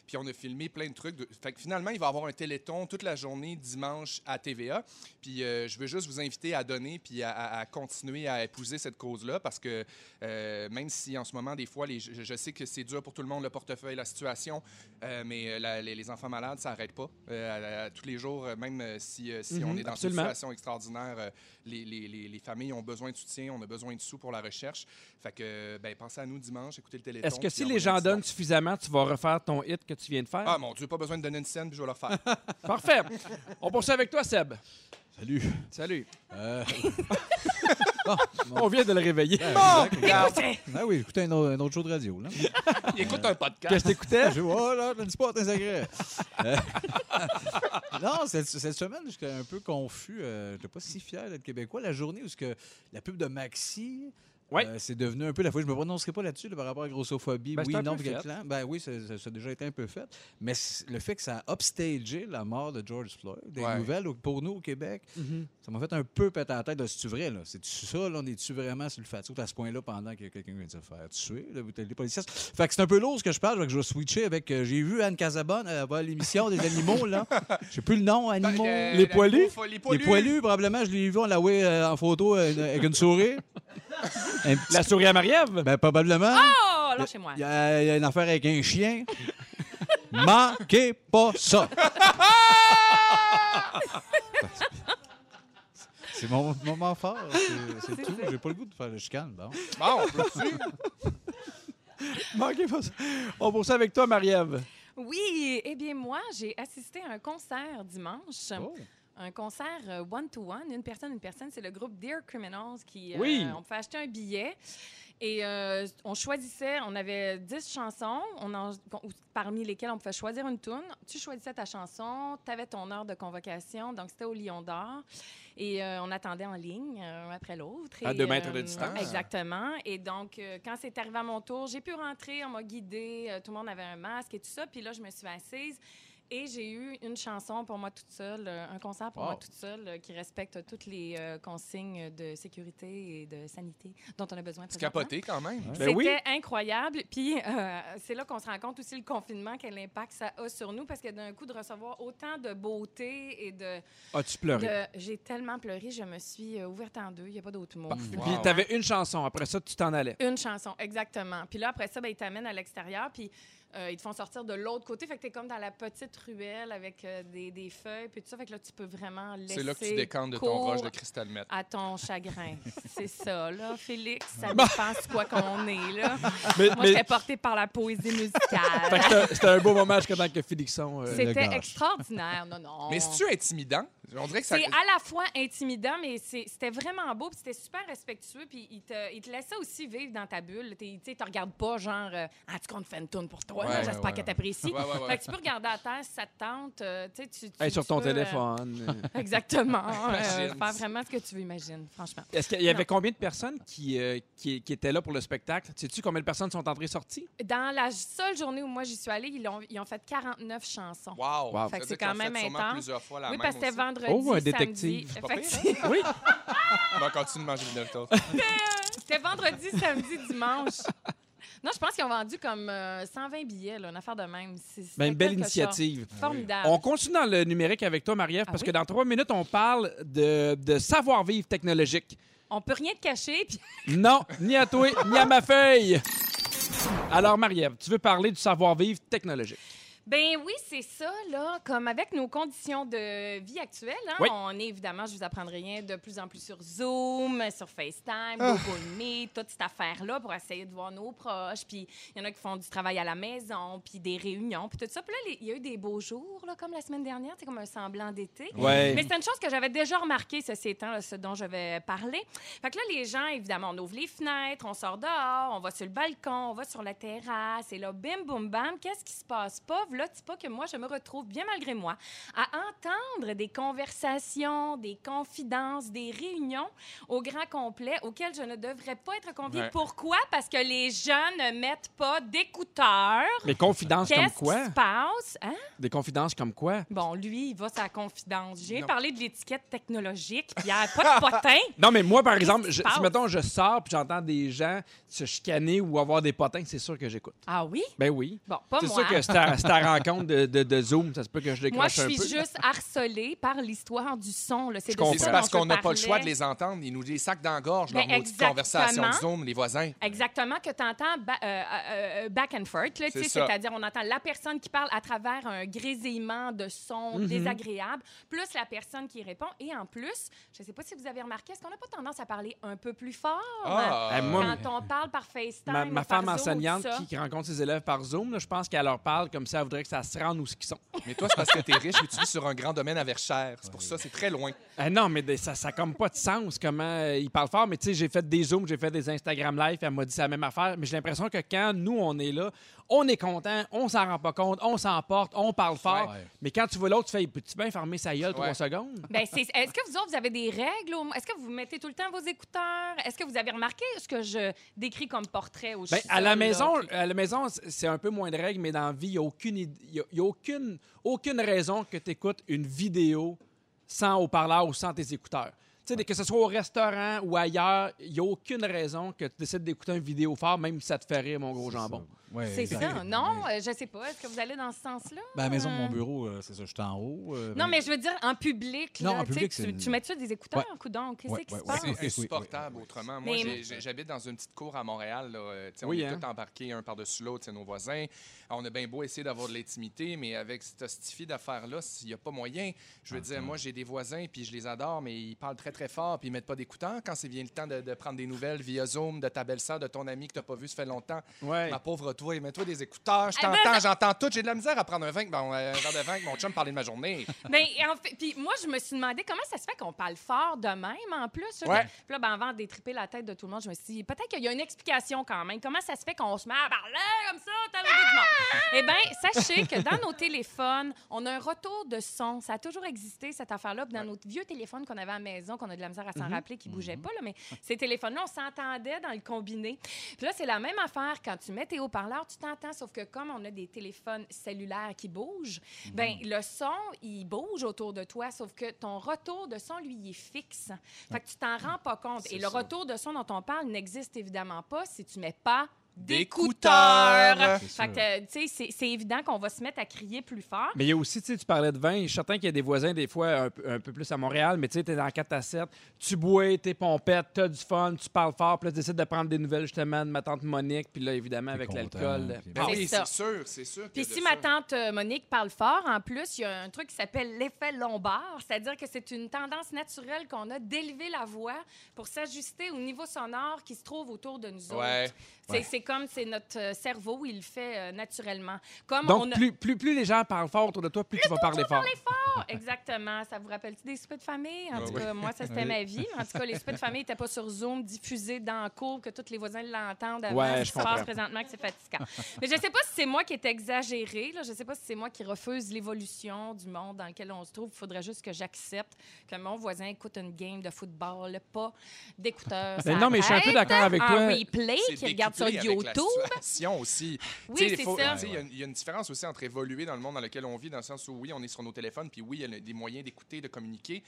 Speaker 2: Puis on a filmé plein de trucs. de- Fait que finalement, il va y avoir un téléthon toute la journée dimanche à TVA. Puis euh, je veux juste vous inviter à donner puis à, à- à continuer à épouser cette cause-là parce que euh, même si en ce moment, des fois, les- je, je sais que c'est dur pour tout le monde, le portefeuille, la situation, euh, mais euh, la- les, les enfants malades, ça n'arrête pas. Euh, à- à- tous les jours, euh, même euh, si, euh, si on
Speaker 1: Mhm,
Speaker 2: est dans
Speaker 1: absolument.
Speaker 2: une situation extraordinaire, euh, les, les- les- les familles ont besoin de soutien, on a besoin de sous pour la recherche. Fait que, euh, ben, pensez à nous dimanche, écoutez le téléthon.
Speaker 1: Est-ce que
Speaker 2: puis
Speaker 1: si
Speaker 2: envoyez
Speaker 1: les gens
Speaker 2: un petit don.
Speaker 1: donnent suffisamment, tu vas refaire ton hit que tu viens de faire?
Speaker 2: Ah mon Dieu, pas besoin de donner une scène, puis je vais le refaire.
Speaker 1: Parfait. On poursuit avec toi, Seb.
Speaker 5: Salut.
Speaker 1: Salut.
Speaker 5: Euh,
Speaker 1: On vient de le réveiller.
Speaker 2: Ben.
Speaker 5: ah oui, j'écoutais un, autre- un autre show de radio. Là.
Speaker 2: Il écoute un
Speaker 1: Qu'est-ce
Speaker 2: podcast.
Speaker 1: que t'écoutais?
Speaker 5: Je vois, Oh, là, le sport désagréable. Euh, non, cette, cette semaine, j'étais un peu confus. Je n'étais pas si fier d'être québécois. La journée où ce que la pub de Maxi.
Speaker 1: Ouais.
Speaker 5: euh, c'est devenu un peu la fois. Je me prononcerai pas là-dessus là, par rapport à la grossophobie.
Speaker 1: Ben, c'est
Speaker 5: oui,
Speaker 1: un
Speaker 5: non,
Speaker 1: peu
Speaker 5: puis quel
Speaker 1: fait.
Speaker 5: clan. Ben oui, ça, ça- ça a déjà été un peu fait. Mais c- le fait que ça a upstagé la mort de George Floyd, des
Speaker 2: Ouais.
Speaker 5: nouvelles au- pour nous au Québec,
Speaker 1: Mm.
Speaker 5: ça m'a fait un peu péter la tête. là, C'est-tu vrai, là? C'est-tu ça, là? On est-tu vraiment sur le fatout à ce point-là pendant que quelqu'un vient de se faire tuer, là, vous êtes les policiers? Fait que c'est un peu lourd ce que je parle. fait que je vais switcher avec... euh, J'ai vu Anne Casabonne elle va à l'émission des animaux, là. Je sais plus le nom, animaux.
Speaker 2: Euh,
Speaker 1: Les
Speaker 2: la
Speaker 1: poilus?
Speaker 2: fo- Les
Speaker 5: Les
Speaker 2: poilus.
Speaker 5: poilus, probablement, je l'ai vu, on l'a oué euh, en photo euh, avec une souris. Un petit-
Speaker 1: La souris à Marie-Ève?
Speaker 5: Ben, probablement.
Speaker 3: Oh, là, chez moi.
Speaker 5: Il y, a, il y a une affaire avec un chien. Manquez pas ça! C'est mon moment fort. c'est- C'est tout. J'ai pas le goût de faire le chicane. Bon.
Speaker 2: Bon, on peut-tu?
Speaker 1: Manquez pas ça. On poursuit avec toi, Marie-Ève.
Speaker 3: Oui, eh bien moi, j'ai assisté à un concert dimanche.
Speaker 5: Oh.
Speaker 3: Un concert euh, one-to-one, une personne, une personne. C'est le groupe Dear Criminals qui... euh,
Speaker 1: Oui.
Speaker 3: on pouvait acheter un billet et euh, on choisissait, on avait 10 chansons, on en- qu'on- ou- parmi lesquelles on pouvait choisir une tune. Tu choisissais ta chanson, tu avais ton heure de convocation, donc c'était au Lion d'Or. Et euh, on attendait en ligne, euh, un après l'autre.
Speaker 1: À
Speaker 3: Et, euh,
Speaker 1: deux mètres de distance.
Speaker 3: Exactement. Et donc, euh, quand c'est arrivé à mon tour, j'ai pu rentrer, on m'a guidée, euh, tout le monde avait un masque et tout ça. Puis là, je me suis assise et j'ai eu une chanson pour moi toute seule, euh, un concert pour
Speaker 5: Wow.
Speaker 3: moi toute seule euh, qui respecte toutes les euh, consignes de sécurité et de sanité dont on a besoin.
Speaker 2: C'est
Speaker 3: présentement.
Speaker 2: capoté quand même.
Speaker 1: Ben
Speaker 3: C'était
Speaker 1: oui.
Speaker 3: incroyable. Puis euh, c'est là qu'on se rend compte aussi le confinement, quel impact ça a sur nous, parce que d'un coup, de recevoir autant de beauté et de.
Speaker 1: As-tu pleuré?
Speaker 3: de- J'ai tellement pleuré, je me suis euh, ouverte en deux, il n'y a pas d'autre mot.
Speaker 2: Parfait.
Speaker 1: Puis
Speaker 2: Wow.
Speaker 1: t'avais une chanson. Après ça, tu t'en allais.
Speaker 3: Une chanson, exactement. Puis là, après ça, ben, ils t'amènent à l'extérieur, puis euh, ils te font sortir de l'autre côté. Fait que t'es comme dans la petite ruelle avec euh, des, des feuilles, puis tout ça. Fait que là, tu peux vraiment laisser.
Speaker 2: C'est là que tu décantes de ton
Speaker 3: cours
Speaker 2: roche de cristal mètre.
Speaker 3: À ton chagrin. C'est ça, là, Félix. Ça dépense quoi qu'on est, là.
Speaker 1: Mais,
Speaker 3: Moi, j'étais portée par la poésie musicale.
Speaker 1: c'était un beau moment jusqu'à temps que Félixon. euh,
Speaker 5: le
Speaker 3: C'était
Speaker 5: gage.
Speaker 3: extraordinaire. Non, non.
Speaker 2: Mais c'est-tu intimidant? On dirait que ça.
Speaker 3: Ah. C'est à la fois intimidant, mais c'est- c'était vraiment beau, puis c'était super respectueux, puis il te, il te laissait aussi vivre dans ta bulle. T'es- Tu sais, te regardes pas genre, euh, ah, tu comptes faire une tourne pour toi,
Speaker 2: Ouais,
Speaker 3: là,
Speaker 2: ouais,
Speaker 3: j'espère
Speaker 5: ouais,
Speaker 3: que
Speaker 5: ouais.
Speaker 3: t'apprécies.
Speaker 2: Ouais, ouais, ouais.
Speaker 3: Fait que tu peux regarder à terre si ça te tente. euh, tu sais, tu, tu-
Speaker 1: hey, sur
Speaker 3: tu
Speaker 1: ton
Speaker 3: peux, euh,
Speaker 1: téléphone.
Speaker 3: exactement. euh,
Speaker 2: Imagine.
Speaker 3: faire vraiment ce que tu veux, imagine, franchement.
Speaker 1: Est-ce qu'il y avait combien de personnes qui, euh, qui, qui étaient là pour le spectacle? Sais-tu combien de personnes sont entrées et sorties?
Speaker 3: Dans la seule journée où moi j'y suis allée, ils ont, ils ont fait 49 chansons.
Speaker 2: Wow!
Speaker 1: Wow.
Speaker 3: Fait que
Speaker 2: Ça veut dire qu'ils
Speaker 3: c'est quand
Speaker 2: ont
Speaker 3: même
Speaker 2: fait sûrement
Speaker 3: intense.
Speaker 2: plusieurs fois la
Speaker 3: Oui,
Speaker 2: même
Speaker 3: parce que c'était
Speaker 2: aussi.
Speaker 3: vendredi,
Speaker 1: Oh, un
Speaker 3: samedi.
Speaker 1: détective.
Speaker 2: C'est pas pire, hein?
Speaker 3: Effectivement.
Speaker 1: Oui.
Speaker 2: On va continuer de manger le Delta.
Speaker 3: C'était vendredi, samedi, dimanche. Non, je pense qu'ils ont vendu comme euh, 120 billets, là, une affaire de même. C'est- c'était
Speaker 1: Ben, une belle
Speaker 3: quelque
Speaker 1: initiative.
Speaker 3: chose. Formidable.
Speaker 1: On continue dans le numérique avec toi, Marie-Ève,
Speaker 3: Ah
Speaker 1: parce
Speaker 3: oui?
Speaker 1: que dans trois minutes, on parle de, de savoir-vivre technologique.
Speaker 3: On peut rien te cacher. Puis...
Speaker 1: Non, ni à toi, ni à ma feuille. Alors, Marie-Ève, tu veux parler du savoir-vivre technologique.
Speaker 3: Ben oui, c'est ça, là. Comme avec nos conditions de vie actuelles, hein,
Speaker 1: Oui.
Speaker 3: on est évidemment, je vous apprendrai rien, de plus en plus sur Zoom, sur FaceTime,
Speaker 1: Ah.
Speaker 3: Google Meet, toute cette affaire-là pour essayer de voir nos proches. Puis il y en a qui font du travail à la maison, puis des réunions, puis tout ça. Puis là, les- il y a eu des beaux jours, là, comme la semaine dernière, c'est comme un semblant d'été. Mais
Speaker 1: Oui.
Speaker 3: c'est une chose que j'avais déjà remarqué, ceci étant, là, ce dont je vais parler. Fait que là, les gens, évidemment, on ouvre les fenêtres, on sort dehors, on va sur le balcon, on va sur la terrasse, et là, bim, boum, bam, qu'est-ce qui se passe pas? là, c'est pas que moi, je me retrouve bien malgré moi à entendre des conversations, des confidences, des réunions au grand complet auxquelles je ne devrais pas être conviée.
Speaker 2: Ouais.
Speaker 3: Pourquoi? Parce que les gens ne mettent pas d'écouteurs.
Speaker 1: Des confidences comme
Speaker 3: Qu'est-ce qui
Speaker 1: quoi?
Speaker 3: se passe? Hein?
Speaker 1: Des confidences comme quoi?
Speaker 3: Bon, lui, il va sa confidence. J'ai
Speaker 2: Non.
Speaker 3: parlé de l'étiquette technologique, puis il n'y a pas de potin.
Speaker 1: Non, mais moi, par exemple,
Speaker 3: qui
Speaker 1: je,
Speaker 3: se passe?
Speaker 1: si mettons, je sors puis j'entends des gens se chicaner ou avoir des potins, c'est sûr que j'écoute.
Speaker 3: Ah oui?
Speaker 1: Ben oui.
Speaker 3: Bon, pas
Speaker 1: C'est
Speaker 3: moi.
Speaker 1: sûr que c'est ta, c'est ta rencontre de, de- de Zoom, ça se peut que je
Speaker 3: Moi,
Speaker 1: décroche
Speaker 3: je
Speaker 1: un peu.
Speaker 3: suis juste harcelée par l'histoire du son. là. C'est
Speaker 1: Je
Speaker 3: de ça
Speaker 1: comprends.
Speaker 2: C'est parce
Speaker 3: dont
Speaker 2: qu'on
Speaker 3: je
Speaker 2: n'a pas le
Speaker 3: parlais.
Speaker 2: choix de les entendre. Ils nous les sacs dans la gorge,
Speaker 3: Ben,
Speaker 2: leur maudite conversation de
Speaker 3: exactement.
Speaker 2: Zoom, les voisins.
Speaker 3: Exactement, que tu entends euh, back and forth, là, tu
Speaker 2: C'est
Speaker 3: sais,
Speaker 2: ça.
Speaker 3: c'est-à-dire on entend la personne qui parle à travers un grésillement de son
Speaker 2: Mhm.
Speaker 3: désagréable, plus la personne qui répond. Et en plus, je ne sais pas si vous avez remarqué, est-ce qu'on n'a pas tendance à parler un peu plus fort
Speaker 2: Ah,
Speaker 1: Eh, moi,
Speaker 3: quand on parle par FaceTime?
Speaker 1: Ma,
Speaker 3: ou
Speaker 1: ma
Speaker 3: par
Speaker 1: femme
Speaker 3: Zoom ou
Speaker 1: enseignante
Speaker 3: tout ça?
Speaker 1: qui, qui rencontre ses élèves par Zoom, là, je pense qu'elle leur parle comme ça, elle voudrait que ça se rende où ce qu'ils sont.
Speaker 2: Mais toi, c'est parce que t'es riche et tu vis sur un grand domaine à Verchères. C'est pour ça, c'est très loin.
Speaker 1: Eh non, mais des- ça n'a comme pas de sens comment euh, ils parlent fort. Mais tu sais, j'ai fait des Zooms, j'ai fait des Instagram Live, elle m'a dit la même affaire. Mais j'ai l'impression que quand nous, on est là, on est content, on s'en rend pas compte, on s'emporte, on parle fort.
Speaker 5: Ouais.
Speaker 1: Mais quand tu vois l'autre, tu fais, peux-tu bien fermer sa gueule trois
Speaker 2: Ouais.
Speaker 1: secondes?
Speaker 3: Ben, c'est- Est-ce que vous autres, vous avez des règles? au- Est-ce que vous mettez tout le temps vos écouteurs? Est-ce que vous avez remarqué ce que je décris comme portrait au
Speaker 1: Ben, à, la maison, à la maison, c- c'est un peu moins de règles, mais dans la vie, il n'y a, aucune, id- y a- y a aucune, aucune raison que tu écoutes une vidéo sans haut-parleur ou sans tes écouteurs. Tu sais, que ce soit au restaurant ou ailleurs, il n'y a aucune raison que tu décides d'écouter une vidéo fort, même si ça te fait rire, mon gros jambon.
Speaker 5: Ouais,
Speaker 3: C'est
Speaker 5: exact.
Speaker 3: ça, non? Euh, je sais pas. Est-ce que vous allez dans ce sens-là?
Speaker 5: Ben, à la maison de mon bureau, euh, c'est ça, je suis en haut. euh,
Speaker 3: Non, mais je veux dire, en public, là,
Speaker 5: Non, en
Speaker 3: tu sais,
Speaker 5: public,
Speaker 3: tu-
Speaker 5: c'est-
Speaker 3: tu mets tu des écouteurs,
Speaker 5: Ouais.
Speaker 3: coudonc? Qu'est-ce
Speaker 5: Ouais,
Speaker 3: qui
Speaker 5: ouais,
Speaker 3: se
Speaker 5: ouais.
Speaker 3: passe?
Speaker 5: Oui,
Speaker 2: C'est
Speaker 5: oui,
Speaker 2: insupportable
Speaker 5: oui, oui.
Speaker 2: autrement.
Speaker 3: Mais-
Speaker 2: Moi, j'ai- j'ai- j'habite dans une petite cour à Montréal. Là. euh, tu sais, on
Speaker 1: Oui,
Speaker 2: est
Speaker 1: hein.
Speaker 2: tous embarqués un par-dessus l'autre, c'est nos voisins. On a bien beau essayer d'avoir de l'intimité, mais avec cette hostifie d'affaires-là, il n'y a pas moyen. Je veux dire,
Speaker 5: Mhm.
Speaker 2: moi, j'ai des voisins, puis je les adore, mais ils parlent très, très fort, puis ils mettent pas d'écouteurs quand c'est vient le temps de, de prendre des nouvelles via Zoom de ta belle-sœur, de ton ami que tu pas vu, ça fait longtemps.
Speaker 1: Ouais.
Speaker 2: Ma pauvre toi, mets-toi des écouteurs. Je
Speaker 3: Ah, ben,
Speaker 2: t'entends, j'entends tout. J'ai de la misère à prendre un vin, avec mon- euh, un verre de vin avec mon chum, parler de ma journée.
Speaker 3: Ben, en fait, puis moi, je me suis demandé comment ça se fait qu'on parle fort de même, en plus. là.
Speaker 2: Ouais.
Speaker 3: Puis là, ben, avant de détriper la tête de tout le monde, je me suis dit, peut-être qu'il y a une explication quand même. Comment ça se fait qu'on se met à parler comme ça, t'as le bout du monde? Eh bien, sachez que dans nos téléphones, on a un retour de son. Ça a toujours existé, cette affaire-là. Puis Dans nos vieux téléphones qu'on avait à la maison, qu'on a de la misère à s'en rappeler, qui bougeaient pas, là, mais ces téléphones-là, on s'entendait dans le combiné. Puis là, c'est la même affaire. Quand tu mets tes haut-parleurs, tu t'entends, sauf que comme on a des téléphones cellulaires qui bougent, ben le son, il bouge autour de toi, sauf que ton retour de son, lui, il est fixe. Fait que tu t'en rends pas compte. Et le retour de son dont on parle n'existe évidemment pas si tu mets pas d'écouteurs.
Speaker 2: D'écouteurs.
Speaker 5: C'est
Speaker 3: Fait
Speaker 5: sûr.
Speaker 3: que, euh, tu sais, c'est- c'est évident qu'on va se mettre à crier plus fort.
Speaker 2: Mm.
Speaker 1: Mais il y a aussi, tu sais, tu parlais de vin. Je suis certain qu'il y a des voisins, des fois, un, peu- un peu plus à Montréal, mais tu sais, t'es dans 4 à 7, tu bois, t'es pompette, t'as du fun, tu parles fort, puis là, tu décides de prendre des nouvelles, justement, de ma tante Monique, puis là, évidemment, avec
Speaker 5: content,
Speaker 1: l'alcool.
Speaker 5: puis-
Speaker 2: Ben
Speaker 1: bon.
Speaker 3: C'est
Speaker 2: oui,
Speaker 3: ça.
Speaker 2: c'est sûr, c'est sûr. qu'il
Speaker 3: Puis
Speaker 2: y a
Speaker 3: si
Speaker 2: de
Speaker 3: ma
Speaker 2: ça.
Speaker 3: tante euh, Monique parle fort, en plus, il y a un truc qui s'appelle l'effet lombard, c'est-à-dire que c'est une tendance naturelle qu'on a d'élever la voix pour s'ajuster au niveau sonore qui se trouve autour de nous
Speaker 2: Ouais.
Speaker 3: autres. C'est c'est comme c'est notre euh, cerveau, il le fait euh, naturellement. Comme on
Speaker 1: Donc,
Speaker 3: a...
Speaker 1: plus, plus, plus les gens parlent fort autour de toi, plus tu vas parler fort.
Speaker 3: fort, exactement. Ça vous rappelle-tu des soupers de famille? En
Speaker 2: Ah
Speaker 3: tout
Speaker 2: oui.
Speaker 3: cas, moi, ça, c'était ma vie. En tout cas, les soupers de famille n'étaient pas sur Zoom, diffusés dans la cour, que tous les voisins l'entendent avant
Speaker 1: Ouais,
Speaker 3: ce
Speaker 1: je
Speaker 3: qui se passe
Speaker 1: comprends.
Speaker 3: présentement, que c'est fatigant. Mais je ne sais pas si c'est moi qui est exagéré. Là. Je ne sais pas si c'est moi qui refuse l'évolution du monde dans lequel on se trouve. Il faudrait juste que j'accepte que mon voisin écoute une game de football, pas d'écouteurs.
Speaker 1: Ben
Speaker 3: ça
Speaker 1: non, mais je suis un peu d'accord
Speaker 3: arrête,
Speaker 1: avec
Speaker 3: en
Speaker 1: toi.
Speaker 3: replay,
Speaker 2: C'est
Speaker 3: qui regarde sur
Speaker 2: décuplé avec
Speaker 3: YouTube.
Speaker 2: la situation aussi.
Speaker 3: Oui,
Speaker 2: Tu sais, il
Speaker 3: c'est
Speaker 2: faut-
Speaker 3: ça.
Speaker 2: tu sais, Il y, a une- il y a une différence aussi entre évoluer dans le monde dans lequel on vit, dans le sens où, oui, on est sur nos téléphones, puis oui, il y a le- des moyens d'écouter, de communiquer.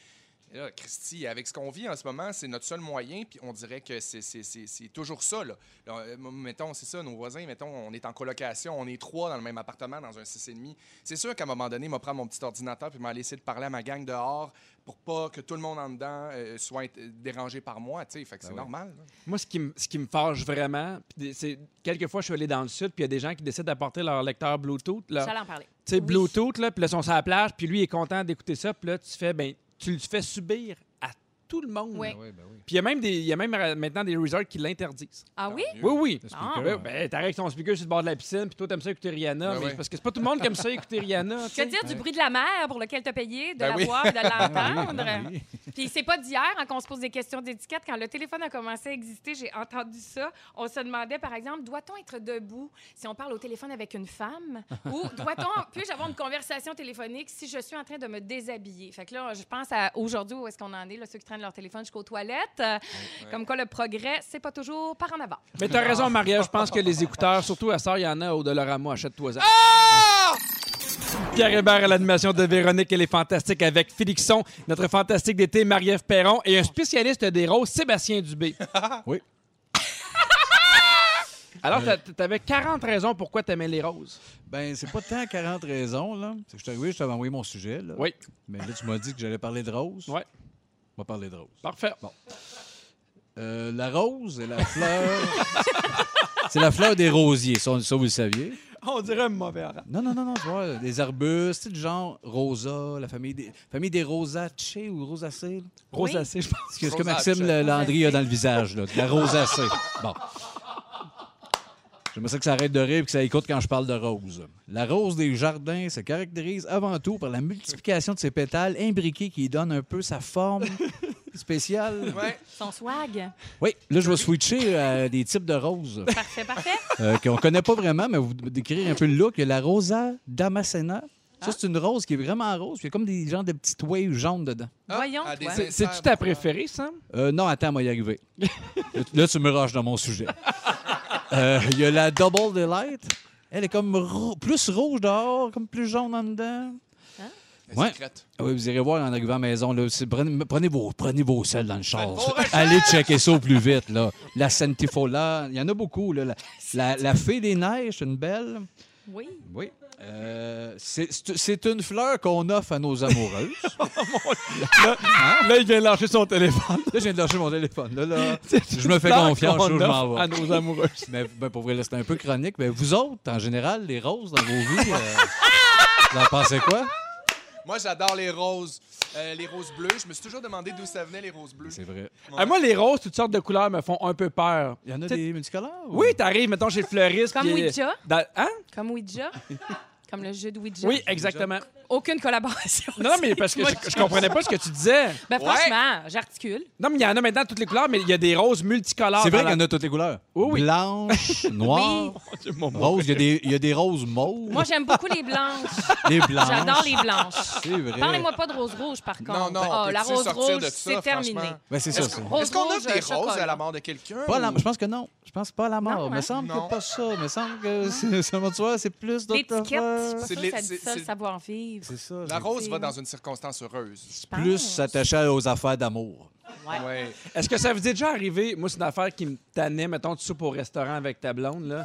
Speaker 2: Et Là, Christy, avec ce qu'on vit en ce moment, c'est notre seul moyen, puis on dirait que c'est- c'est c'est- c'est toujours ça. Là. Là, euh, m- mettons, c'est ça, nos voisins, mettons, on est en colocation, on est trois dans le même appartement, dans un 6,5. C'est sûr qu'à un moment donné, m'a prendre mon petit ordinateur puis m'a laissé de parler à ma gang dehors pour pas que tout le monde en dedans euh, soit int- dérangé par moi, tu sais. Fait que c'est normal. là.
Speaker 1: Moi, ce qui, me- ce qui me fâche vraiment, puis des- c'est quelquefois, je suis allé dans le sud, puis il y a des gens qui décident d'apporter leur lecteur Bluetooth. leur-
Speaker 3: J'allais en parler.
Speaker 1: Tu sais,
Speaker 3: Oui.
Speaker 1: Bluetooth, là, puis là, ils sont sur la plage, puis lui, il est content d'écouter ça, puis là, tu fais, ben, tu le fais subir à tout le monde.
Speaker 3: Oui.
Speaker 5: Ah ouais, ben oui.
Speaker 1: Puis il y a même, des, il y a même euh, maintenant des resorts qui l'interdisent.
Speaker 3: Ah oui?
Speaker 1: Oui, oui.
Speaker 5: Le
Speaker 3: Ah.
Speaker 1: Ouais,
Speaker 5: speaker, ouais. Ben
Speaker 1: ben, t'arrêtes ton speaker sur le bord de la piscine, puis toi, t'aimes ça écouter Rihanna.
Speaker 2: Ouais,
Speaker 1: mais
Speaker 2: ouais.
Speaker 1: c'est Parce que c'est pas tout le monde qui aime ça écouter Rihanna. tu
Speaker 3: Que
Speaker 1: sais.
Speaker 3: dire du bruit de la mer pour lequel tu as payé, de
Speaker 2: Ben
Speaker 3: la
Speaker 2: oui.
Speaker 3: voir, de
Speaker 5: Ah
Speaker 3: l'entendre?
Speaker 5: oui.
Speaker 3: Puis c'est pas d'hier hein, qu'on se pose des questions d'étiquette. Quand le téléphone a commencé à exister, j'ai entendu ça. On se demandait, par exemple, doit-on être debout si on parle au téléphone avec une femme? Ou doit-on, puis-je avoir une conversation téléphonique si je suis en train de me déshabiller? Fait que là, je pense à aujourd'hui où est-ce qu'on en est, là, ceux qui traînent leur téléphone jusqu'aux toilettes. Euh, Comme quoi, le progrès, c'est pas toujours par en avant.
Speaker 1: Mais t'as raison, Maria. Je pense que les écouteurs, surtout à Sœur, il y en a au Dolorama. Achète-toi ça. Ah! Pierre Hébert à l'animation de Véronique et les Fantastiques avec Félixon, notre fantastique d'été, Marie-Ève Perron et un spécialiste des roses, Sébastien Dubé.
Speaker 5: Oui.
Speaker 1: Alors, t'a- t'avais 40 raisons pourquoi t'aimais les roses.
Speaker 5: Ben, c'est pas tant 40 raisons, là. C'est que Je t'ai arrivé, je t'avais envoyé mon sujet, là.
Speaker 1: Oui.
Speaker 5: Mais là, tu m'as dit que j'allais parler de rose.
Speaker 1: Ouais.
Speaker 5: On va parler de rose.
Speaker 1: Parfait.
Speaker 5: Euh, la rose et la fleur. c'est la fleur des rosiers, ça, ça, vous le saviez.
Speaker 1: On dirait un mauvais arabe.
Speaker 5: Non, non, non, non, tu vois, des arbustes, tu sais, du genre rosa, la famille des, famille des rosacées ou rosacées. là.
Speaker 1: Rosacée, je pense.
Speaker 5: C'est ce que
Speaker 2: Rosacées.
Speaker 5: Maxime Le- Landry a dans le visage, là, de la rosacée. Bon. J'aimerais ça que ça arrête de rire et que ça écoute quand je parle de rose. La rose des jardins se caractérise avant tout par la multiplication de ses pétales imbriqués qui donnent un peu sa forme spéciale.
Speaker 2: Ouais.
Speaker 3: Son swag.
Speaker 5: Oui, là, je vais switcher à des types de roses
Speaker 3: Parfait, parfait.
Speaker 5: euh, qu'on connaît pas vraiment, mais vous décrire un peu le look. Il y a la Rosa Damascena. Ça, c'est une rose qui est vraiment rose. puis Il y a comme des genres de petites waves jaunes dedans.
Speaker 3: Voyons,
Speaker 2: Ah, à des
Speaker 3: toi.
Speaker 2: inserts
Speaker 1: C'est-tu ta
Speaker 2: de couleurs.
Speaker 1: préférée, Sam?
Speaker 5: Euh, non, attends, moi, y arriver. Là, tu- Là, tu me rushes dans mon sujet. Euh, Il y a la Double Delight. Elle est comme ro- plus rouge dehors, comme plus jaune en dedans.
Speaker 2: Elle
Speaker 5: Ouais.
Speaker 2: secrète.
Speaker 5: Ah oui, vous irez voir en arrivant à la maison. Là, C'est- prenez, prenez vos, prenez vos selles dans le char. là. Allez checker ça au plus vite. Là. La Santifola, il y en a beaucoup. là. La, la, la Fée des Neiges, c'est une belle.
Speaker 3: Oui.
Speaker 5: Oui. Euh, c'est- c'est c'est une fleur qu'on offre à nos amoureuses.
Speaker 1: Oh
Speaker 5: Hein?
Speaker 1: Là, il vient lâcher son téléphone.
Speaker 5: là, je viens de lâcher mon téléphone. Là, là, je me fais confiance, je m'en vais.
Speaker 1: À nos amoureux.
Speaker 5: Mais ben, pour vrai, là, c'est un peu chronique. Mais vous autres, en général, les roses dans vos vies, euh, vous en pensez quoi?
Speaker 2: Moi, j'adore les roses. Euh, les roses bleues. Je me suis toujours demandé d'où ça venait, les roses bleues.
Speaker 5: C'est vrai.
Speaker 1: Ah, moi, les roses, toutes sortes de couleurs me font un peu peur.
Speaker 5: Il y en a
Speaker 1: T'sais-
Speaker 5: des multicolores? ou-
Speaker 1: Oui, t'arrives, mettons, chez le fleuriste.
Speaker 3: Comme
Speaker 1: puis-
Speaker 3: Ouija.
Speaker 1: dans- Hein?
Speaker 3: Comme Ouija. Comme le jeu de Ouija.
Speaker 1: Oui, exactement.
Speaker 3: Aucune collaboration.
Speaker 1: Non, mais parce que
Speaker 3: Moi,
Speaker 1: je, je comprenais pas ce que tu disais.
Speaker 3: Ben,
Speaker 2: Ouais.
Speaker 3: franchement, j'articule.
Speaker 1: Non, mais il y en a maintenant toutes les couleurs, mais il y a des roses
Speaker 3: Ah,
Speaker 1: multicolores.
Speaker 3: ben
Speaker 5: C'est
Speaker 1: dans
Speaker 5: vrai qu'il y en
Speaker 1: la-
Speaker 5: a toutes les couleurs.
Speaker 1: Oui, oui.
Speaker 5: Blanche, noire,
Speaker 3: Oh,
Speaker 5: rose. Il y a des- il y, a des roses mauves,
Speaker 3: Moi, j'aime beaucoup les blanches.
Speaker 5: les blanches.
Speaker 3: J'adore les blanches.
Speaker 5: C'est vrai.
Speaker 3: Parlez-moi pas de rose rouge, par contre.
Speaker 2: Euh. Non, non, on
Speaker 3: Ah, la
Speaker 2: peut-tu
Speaker 3: rose
Speaker 2: sortir
Speaker 3: rouge,
Speaker 2: de ça,
Speaker 3: c'est
Speaker 2: franchement?
Speaker 3: terminé.
Speaker 5: Ben, c'est ça. c'est-
Speaker 3: Rose
Speaker 2: Est-ce qu'on
Speaker 3: rouge,
Speaker 2: offre des
Speaker 3: chocolat.
Speaker 2: roses à la mort de quelqu'un?
Speaker 5: Pas à la-
Speaker 2: ou-
Speaker 5: Je pense que non. Je pense pas à la mort.
Speaker 3: Non,
Speaker 5: Il me
Speaker 3: hein?
Speaker 5: semble
Speaker 2: Non.
Speaker 5: que pas ça. Il me semble que c'est- seulement tu vois, c'est plus d'autres
Speaker 3: L'étiquette,
Speaker 5: affaires.
Speaker 3: c'est
Speaker 2: C'est
Speaker 3: pas
Speaker 2: les-
Speaker 3: ça, ça dit
Speaker 2: c'est-
Speaker 3: ça, le
Speaker 2: c'est-
Speaker 3: savoir-vivre.
Speaker 5: C'est ça.
Speaker 2: La
Speaker 5: c'est
Speaker 2: rose va dans une circonstance heureuse.
Speaker 3: Je
Speaker 5: Plus attaché aux affaires d'amour.
Speaker 2: Hein?
Speaker 3: Ouais.
Speaker 2: Ouais.
Speaker 1: Est-ce que ça vous est déjà arrivé? Moi, c'est une affaire qui me tannait. Mettons, tu soupes au restaurant avec ta blonde, là.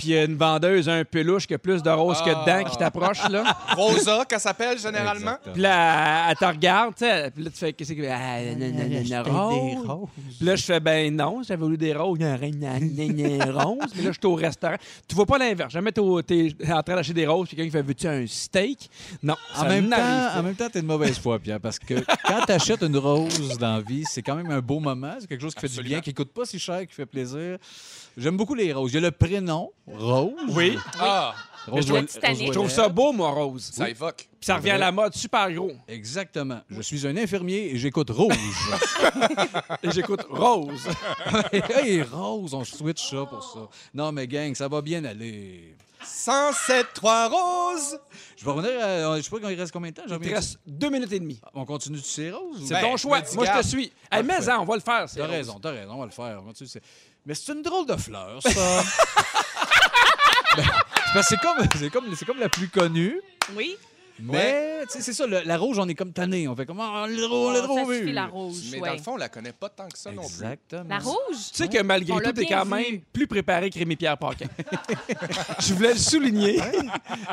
Speaker 1: Puis il y a une vendeuse, un peluche, qui a plus de roses que
Speaker 2: Ah.
Speaker 1: dedans, qui t'approche, là.
Speaker 2: Rosa, qu'elle s'appelle généralement.
Speaker 1: Puis là, elle- elle te regarde, tu sais. Puis là, tu fais, qu'est-ce que. Ah, non, non, non, non,
Speaker 5: Des
Speaker 1: rose.
Speaker 5: roses.
Speaker 1: Puis là, je fais, ben non, j'avais voulu des roses, gna, gna, gna, gna, gna, roses. Mais là, je suis au restaurant. Tu vois pas l'inverse. Jamais t'es au- t'es en train d'acheter des roses, puis quelqu'un qui fait, veux-tu un steak? Non.
Speaker 5: En
Speaker 1: ça
Speaker 5: même,
Speaker 1: n'arrive
Speaker 5: temps,
Speaker 1: pas.
Speaker 5: en même temps, t'es de mauvaise foi, Pierre, parce que quand t'achètes une rose dans la vie, c'est quand même un beau moment. C'est quelque chose qui fait du
Speaker 2: Absolument.
Speaker 5: bien, qui coûte pas si cher, qui fait plaisir. J'aime beaucoup les roses. Il y a le prénom, Rose.
Speaker 1: Oui.
Speaker 2: Ah,
Speaker 5: Rose
Speaker 3: je
Speaker 5: Roy-
Speaker 3: trouve Titanic.
Speaker 5: Rose
Speaker 1: Je trouve
Speaker 5: Royale.
Speaker 1: ça beau, moi, rose.
Speaker 2: ça évoque.
Speaker 1: Puis ça revient à la mode super gros.
Speaker 5: Exactement. Je suis un infirmier et j'écoute Rose.
Speaker 1: Et j'écoute rose.
Speaker 5: hey, Rose, on switch ça pour ça. Non, mais gang, ça va bien aller.
Speaker 2: 107 trois roses.
Speaker 5: Je vais revenir à... Je sais pas quand il reste combien de temps. j'en
Speaker 1: Il te
Speaker 5: reviens-
Speaker 1: reste deux minutes et demie.
Speaker 5: On continue de ces roses? ou-
Speaker 1: C'est
Speaker 2: Ben,
Speaker 1: ton choix.
Speaker 2: je me dis,
Speaker 1: Moi, je te
Speaker 2: garde.
Speaker 1: suis. Hey, mais hein, on va le faire. ces
Speaker 5: T'as
Speaker 1: roses.
Speaker 5: raison, t'as raison, on va le faire. Comment tu sais? Mais c'est une drôle de fleur, ça. Ben, c'est parce que c'est comme, c'est comme, c'est comme la plus connue,
Speaker 3: Oui,
Speaker 5: mais tu sais, c'est ça, le- la rouge, on est comme tanné. On fait comme, ah, le
Speaker 3: on
Speaker 5: drôle, le
Speaker 3: ça
Speaker 5: drôle.
Speaker 3: suffit, la rouge.
Speaker 2: Mais
Speaker 3: ouais.
Speaker 2: dans le fond, on la connaît pas tant que ça non plus.
Speaker 5: Exactement.
Speaker 3: La rouge?
Speaker 1: Tu sais que malgré
Speaker 3: On
Speaker 1: tout,
Speaker 3: l'a
Speaker 1: t'es
Speaker 3: bien
Speaker 1: quand
Speaker 3: vu.
Speaker 1: même plus préparé que Rémi-Pierre Paquin. je voulais le souligner.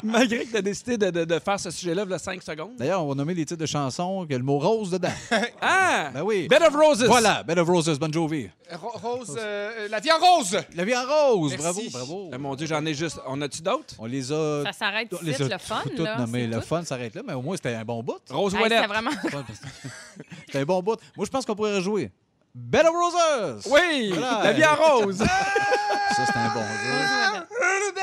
Speaker 1: malgré que t'as décidé de, de- de faire ce sujet-là, il y a cinq secondes.
Speaker 5: D'ailleurs, on va nommer les titres de chansons qui a le mot rose dedans.
Speaker 1: Ah!
Speaker 5: Ben oui.
Speaker 1: Bed of Roses.
Speaker 5: Voilà, Bed of Roses, Bon Jovi.
Speaker 2: Ro- rose, euh, euh, la vie en rose.
Speaker 5: La vie en rose,
Speaker 2: Merci.
Speaker 5: bravo,
Speaker 1: Ah,
Speaker 5: bravo.
Speaker 1: mon Dieu, j'en ai juste. On a-tu d'autres?
Speaker 5: On les a.
Speaker 3: Ça s'arrête
Speaker 5: on
Speaker 3: ici,
Speaker 5: les a
Speaker 3: le fun,
Speaker 5: toutes
Speaker 3: là.
Speaker 5: nommées.
Speaker 3: c'est
Speaker 5: Le
Speaker 3: tout.
Speaker 5: fun s'arrête là, mais au moins c'était un bon bout.
Speaker 1: Rose
Speaker 3: Hey,
Speaker 1: Wallet.
Speaker 3: c'était vraiment...
Speaker 5: C'est un bon bout. Moi, je pense qu'on pourrait rejouer. Belle of Roses!
Speaker 1: Oui,
Speaker 5: Voilà.
Speaker 1: la vie en rose.
Speaker 5: Ça, c'est un bon jeu.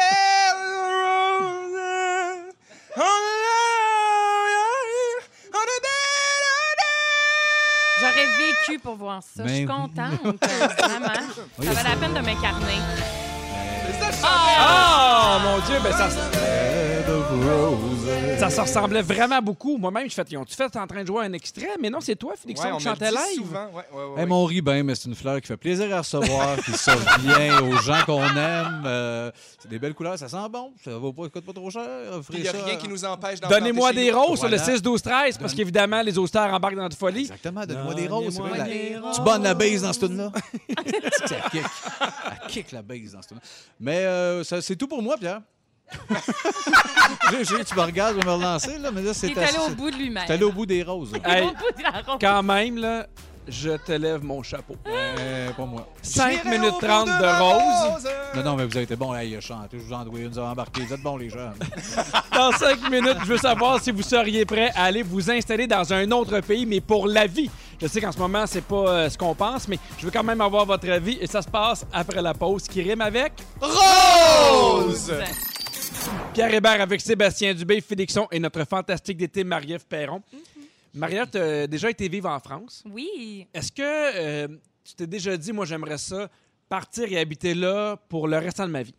Speaker 3: J'aurais vécu pour voir ça. Je suis
Speaker 5: Ben oui.
Speaker 3: contente, vraiment.
Speaker 5: Oui,
Speaker 3: Ça valait
Speaker 5: c'est-
Speaker 3: la peine de m'incarner.
Speaker 1: Ah, mon Dieu, ben ça,
Speaker 5: Bed of Roses.
Speaker 1: ça se ressemblait vraiment beaucoup. Moi-même, je fais, ils ont-tu fait en train de jouer un extrait? Mais non, c'est toi, Félix,
Speaker 2: Ouais, on
Speaker 1: qui
Speaker 2: me le
Speaker 1: chantait
Speaker 2: dit
Speaker 1: live.
Speaker 2: souvent. Ouais, ouais, ouais,
Speaker 5: Hey,
Speaker 2: ouais.
Speaker 5: mais on rit bien, mais c'est une fleur qui fait plaisir à recevoir, qui sort bien aux gens qu'on aime. Euh, c'est des belles couleurs, ça sent bon, ça ne coûte pas trop cher. offrez
Speaker 2: Il n'y a
Speaker 5: ça
Speaker 2: rien
Speaker 5: à-
Speaker 2: qui nous empêche d'en
Speaker 1: Donnez-moi
Speaker 2: planter chez
Speaker 1: des
Speaker 2: nous.
Speaker 1: roses sur
Speaker 5: Voilà.
Speaker 1: le 6, 12, 13, parce qu'évidemment, les austères embarquent dans notre folie.
Speaker 5: Exactement, donne-moi des roses. c'est
Speaker 1: Donnez-moi
Speaker 5: bien,
Speaker 1: des
Speaker 5: la-
Speaker 1: roses.
Speaker 5: Tu bonnes la base dans ce tune-là. C'est que ça kick. Ça kick la base dans ce tune-là. Mais euh, ça- c'est tout pour moi, Pierre. J'ai- j'ai- tu me regardes, tu vas me relancer, là, mais là, c'est
Speaker 3: Il est allé
Speaker 5: assez-
Speaker 3: au bout de lui-même.
Speaker 5: T'es allé au bout des roses. là.
Speaker 1: Hey,
Speaker 3: Au bout de la ronde.
Speaker 1: quand même, là, je te lève mon chapeau.
Speaker 5: Euh, pas moi.
Speaker 1: 5
Speaker 2: J'irai
Speaker 1: minutes
Speaker 2: au bout
Speaker 1: 30
Speaker 2: de
Speaker 1: de
Speaker 2: la
Speaker 1: rose.
Speaker 2: rose.
Speaker 5: Non, non, mais vous avez été bons. là, il a chanté, je vous en dois une, vous avez embarqué. Vous êtes bons, les gens.
Speaker 1: Dans 5 minutes, je veux savoir si vous seriez prêt à aller vous installer dans un autre pays, mais pour la vie. Je sais qu'en ce moment, c'est pas euh, ce qu'on pense, mais je veux quand même avoir votre avis et ça se passe après la pause qui rime avec
Speaker 2: Rose!
Speaker 1: Pierre Hébert avec Sébastien Dubé, Félixon et notre fantastique d'été Marie-Ève Perron.
Speaker 2: Mm-hmm.
Speaker 1: Marie-Ève, t'as déjà été vivre en France.
Speaker 3: Oui.
Speaker 1: Est-ce que euh, tu t'es déjà dit, moi, j'aimerais ça, partir et habiter là pour le restant de ma vie?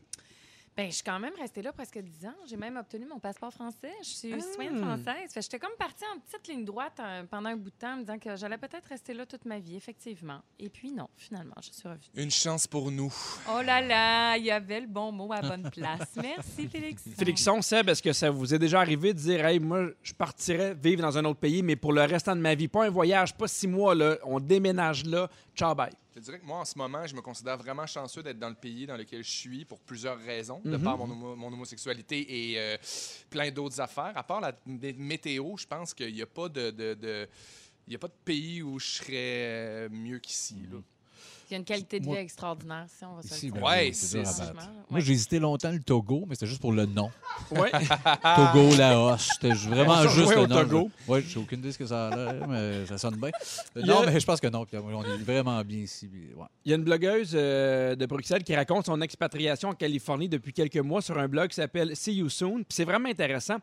Speaker 3: Ben, je suis quand même restée là presque 10 ans. J'ai même obtenu mon passeport français. Je suis citoyenne française. Fait que j'étais comme partie en petite ligne droite euh, pendant un bout de temps, me disant que j'allais peut-être rester là toute ma vie, effectivement. Et puis non, finalement, je suis revenue.
Speaker 2: Une chance pour nous.
Speaker 3: Oh là là, il y avait le bon mot à la bonne place. Merci, Félix.
Speaker 1: Félixon, Seb, est-ce que ça vous est déjà arrivé de dire, hey, moi, je partirais vivre dans un autre pays, mais pour le restant de ma vie, pas un voyage, pas six mois, là, on déménage là, ciao, bye.
Speaker 2: Je te dirais que moi, en ce moment, je me considère vraiment chanceux d'être dans le pays dans lequel je suis pour plusieurs raisons, de par mon, homo- mon homosexualité et euh, plein d'autres affaires. À part la m- météo, je pense qu'il n'y a pas de... de- de- il y a pas de pays où je serais euh, mieux qu'ici. là.
Speaker 3: Il y a une qualité de vie
Speaker 5: Moi-
Speaker 3: extraordinaire, si on va se
Speaker 5: Ici,
Speaker 3: le
Speaker 5: ben
Speaker 3: dire.
Speaker 2: Ouais,
Speaker 5: oui,
Speaker 2: c'est-
Speaker 5: dur à
Speaker 3: c'est-
Speaker 5: battre.
Speaker 3: franchement,
Speaker 5: Moi,
Speaker 3: ouais.
Speaker 5: j'ai hésité longtemps le Togo, mais c'était juste pour le nom.
Speaker 1: Ouais.
Speaker 5: Togo, Laos. C'était ju- vraiment
Speaker 1: On s'en
Speaker 5: juste
Speaker 1: jouait
Speaker 5: le
Speaker 1: au
Speaker 5: nom.
Speaker 1: Togo.
Speaker 5: Oui, j'ai aucune idée ce que ça a l'air, mais ça sonne bien. Euh,
Speaker 1: Il y a-
Speaker 5: Non, mais je pense que non. Pierre. On est vraiment bien ici. puis, ouais.
Speaker 1: Il y a une blogueuse euh, de Bruxelles qui raconte son expatriation en Californie depuis quelques mois sur un blog qui s'appelle See You Soon. Puis c'est vraiment intéressant.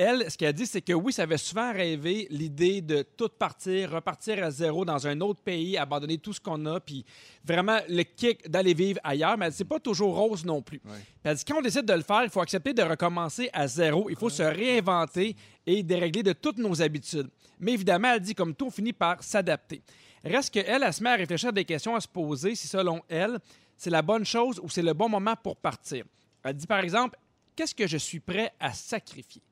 Speaker 1: Elle, ce qu'elle dit, c'est que oui, ça avait souvent rêvé l'idée de tout partir, repartir à zéro dans un autre pays, abandonner tout ce qu'on a, puis vraiment le kick d'aller vivre ailleurs. Mais elle dit, c'est pas toujours rose non plus.
Speaker 2: Ouais.
Speaker 1: Puis Elle dit quand on décide de le faire, il faut accepter de recommencer à zéro. Il faut se réinventer et dérégler de toutes nos habitudes. Mais évidemment, elle dit comme tout, on finit par s'adapter. Reste qu'elle, elle, elle se met à réfléchir à des questions à se poser si, selon elle, c'est la bonne chose ou c'est le bon moment pour partir. Elle dit, par exemple, qu'est-ce que je suis prêt à sacrifier?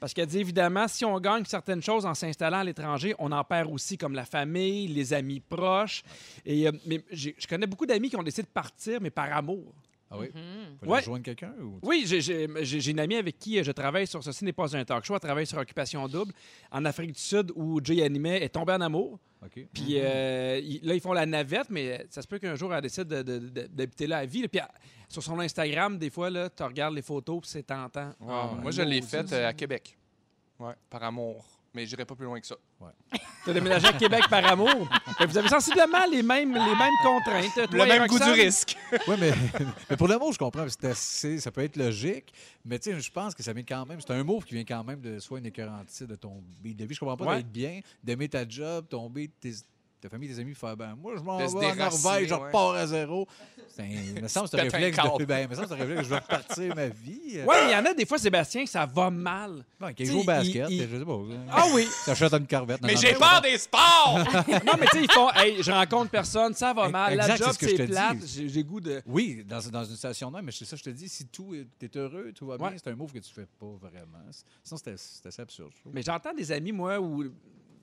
Speaker 1: Parce qu'elle dit, évidemment, si on gagne certaines choses en s'installant à l'étranger, on en perd aussi, comme la famille, les amis proches. Et, euh, mais j'ai- je connais beaucoup d'amis qui ont décidé de partir, mais par amour.
Speaker 5: Ah oui?
Speaker 2: Mm-hmm.
Speaker 5: Faut
Speaker 1: Ouais.
Speaker 5: rejoindre quelqu'un? Ou...
Speaker 1: Oui, j'ai- j'ai j'ai- j'ai une amie avec qui je travaille sur Ceci n'est pas un talk show. Elle travaille sur Occupation Double en Afrique du Sud où Jay Animé est tombé en amour.
Speaker 5: OK.
Speaker 1: Puis euh, ils- là, ils font la navette, mais ça se peut qu'un jour, elle décide de- de- de- d'habiter là à vie. là. Puis elle- sur son Instagram, des fois, là, tu regardes les photos puis c'est tentant.
Speaker 2: Ah, moi, je l'ai faite euh, à Québec. Ouais, par amour. Mais j'irai pas plus loin que ça.
Speaker 1: Tu as déménagé à Québec par amour. Mais vous avez sensiblement les mêmes, les mêmes contraintes. Toi
Speaker 2: Le
Speaker 1: et
Speaker 2: même goût du
Speaker 1: Roxane.
Speaker 2: risque.
Speaker 5: Oui, mais, mais pour le mot, je comprends. parce que c'est assez- ça peut être logique, mais tu sais, je pense que ça vient quand même. C'est un mot qui vient quand même de soit une écœurantite de ton beat de vie. Je comprends pas
Speaker 1: Ouais.
Speaker 5: d'être bien, d'aimer ta job, ton beat, tes- ta famille, tes amis, faire ben, moi, je m'en
Speaker 2: De
Speaker 5: vais
Speaker 2: se
Speaker 5: en
Speaker 2: déraciner,
Speaker 5: Norvège, je
Speaker 2: ouais.
Speaker 5: repars à zéro. C'est un- Il me semble que c'est un
Speaker 2: Pète un
Speaker 5: réflexe
Speaker 2: câble.
Speaker 5: de. Ben, il me semble que c'est un réflexe, je vais repartir ma vie. euh,
Speaker 1: Ouais, mais il y en a des fois, Sébastien, que ça va mal.
Speaker 5: Bon,
Speaker 1: Tu
Speaker 5: qu'il
Speaker 1: sais,
Speaker 5: joue au basket,
Speaker 1: il- il-
Speaker 5: je sais pas.
Speaker 1: Ah oui!
Speaker 5: T'achètes une corvette. non,
Speaker 2: Mais
Speaker 5: non,
Speaker 2: j'ai
Speaker 5: non,
Speaker 2: peur
Speaker 5: non.
Speaker 2: des sports!
Speaker 1: Non, mais tu sais, ils font, hey, je rencontre personne, ça va mal, la
Speaker 5: Exact,
Speaker 1: job,
Speaker 5: c'est ce que je
Speaker 1: c'est
Speaker 5: te
Speaker 1: plate,
Speaker 5: dis.
Speaker 1: j'ai j'ai goût de.
Speaker 5: Oui, dans, dans une station de même, mais c'est ça, je te dis, si tout est- t'es heureux, tout va bien,
Speaker 1: Ouais.
Speaker 5: c'est un move que tu fais pas vraiment. Sinon, c'était c'était assez absurde. je trouve.
Speaker 1: Mais j'entends des amis, moi, ou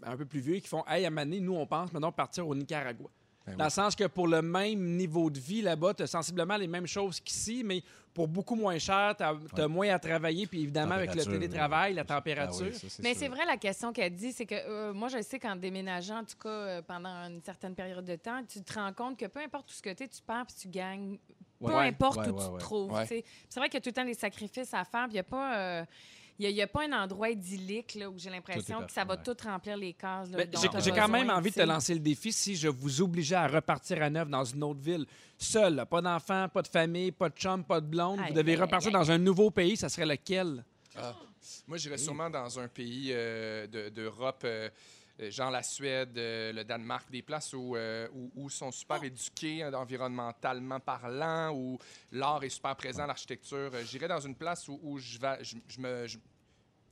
Speaker 1: un peu plus vieux, qui font Hey, à Mané, nous, on pense maintenant partir au Nicaragua.
Speaker 5: Ben
Speaker 1: Dans le sens que pour le même niveau de vie là-bas, tu as sensiblement les mêmes choses qu'ici, mais pour beaucoup moins cher, tu as, moins à travailler, puis évidemment, avec le
Speaker 5: Température,
Speaker 1: télétravail,
Speaker 5: ouais.
Speaker 1: la température.
Speaker 5: Ah oui, ça,
Speaker 3: Mais
Speaker 5: sûr.
Speaker 3: c'est vrai, la question qu'elle dit, c'est que euh, moi, je sais qu'en déménageant, en tout cas, euh, pendant une certaine période de temps, tu te rends compte que peu importe où ce que tu es, tu perds puis tu gagnes. Peu
Speaker 5: Ouais.
Speaker 3: importe
Speaker 5: Ouais,
Speaker 3: où
Speaker 5: ouais,
Speaker 3: tu
Speaker 5: ouais.
Speaker 3: te trouves.
Speaker 2: Ouais.
Speaker 3: tu sais. Puis C'est vrai qu'il y a tout le temps des sacrifices à faire. puis Il n'y a pas. euh, il Il n'y a, pas un endroit idyllique là, où j'ai l'impression
Speaker 5: parfait,
Speaker 3: que ça va
Speaker 5: ouais.
Speaker 3: tout remplir les cases. là,
Speaker 1: Ben,
Speaker 3: dont
Speaker 1: j'ai-
Speaker 3: t'as
Speaker 1: J'ai quand même
Speaker 3: besoin,
Speaker 1: envie de te
Speaker 3: tu sais.
Speaker 1: lancer le défi si je vous obligeais à repartir à neuf dans une autre ville, seul, là, pas d'enfant, pas de famille, pas de chum, pas de blonde.
Speaker 3: Aïe,
Speaker 1: vous devez
Speaker 3: aïe,
Speaker 1: repartir
Speaker 3: aïe, aïe.
Speaker 1: dans un nouveau pays, ça serait lequel?
Speaker 2: Moi, j'irais sûrement dans un pays euh, de- d'Europe, euh, euh, genre la Suède, euh, le Danemark, des places où, euh, où, où sont super éduqués hein, environnementalement parlant, où l'art est super présent, l'architecture. Euh, J'irais dans une place où, où je, vais, je, je me... je-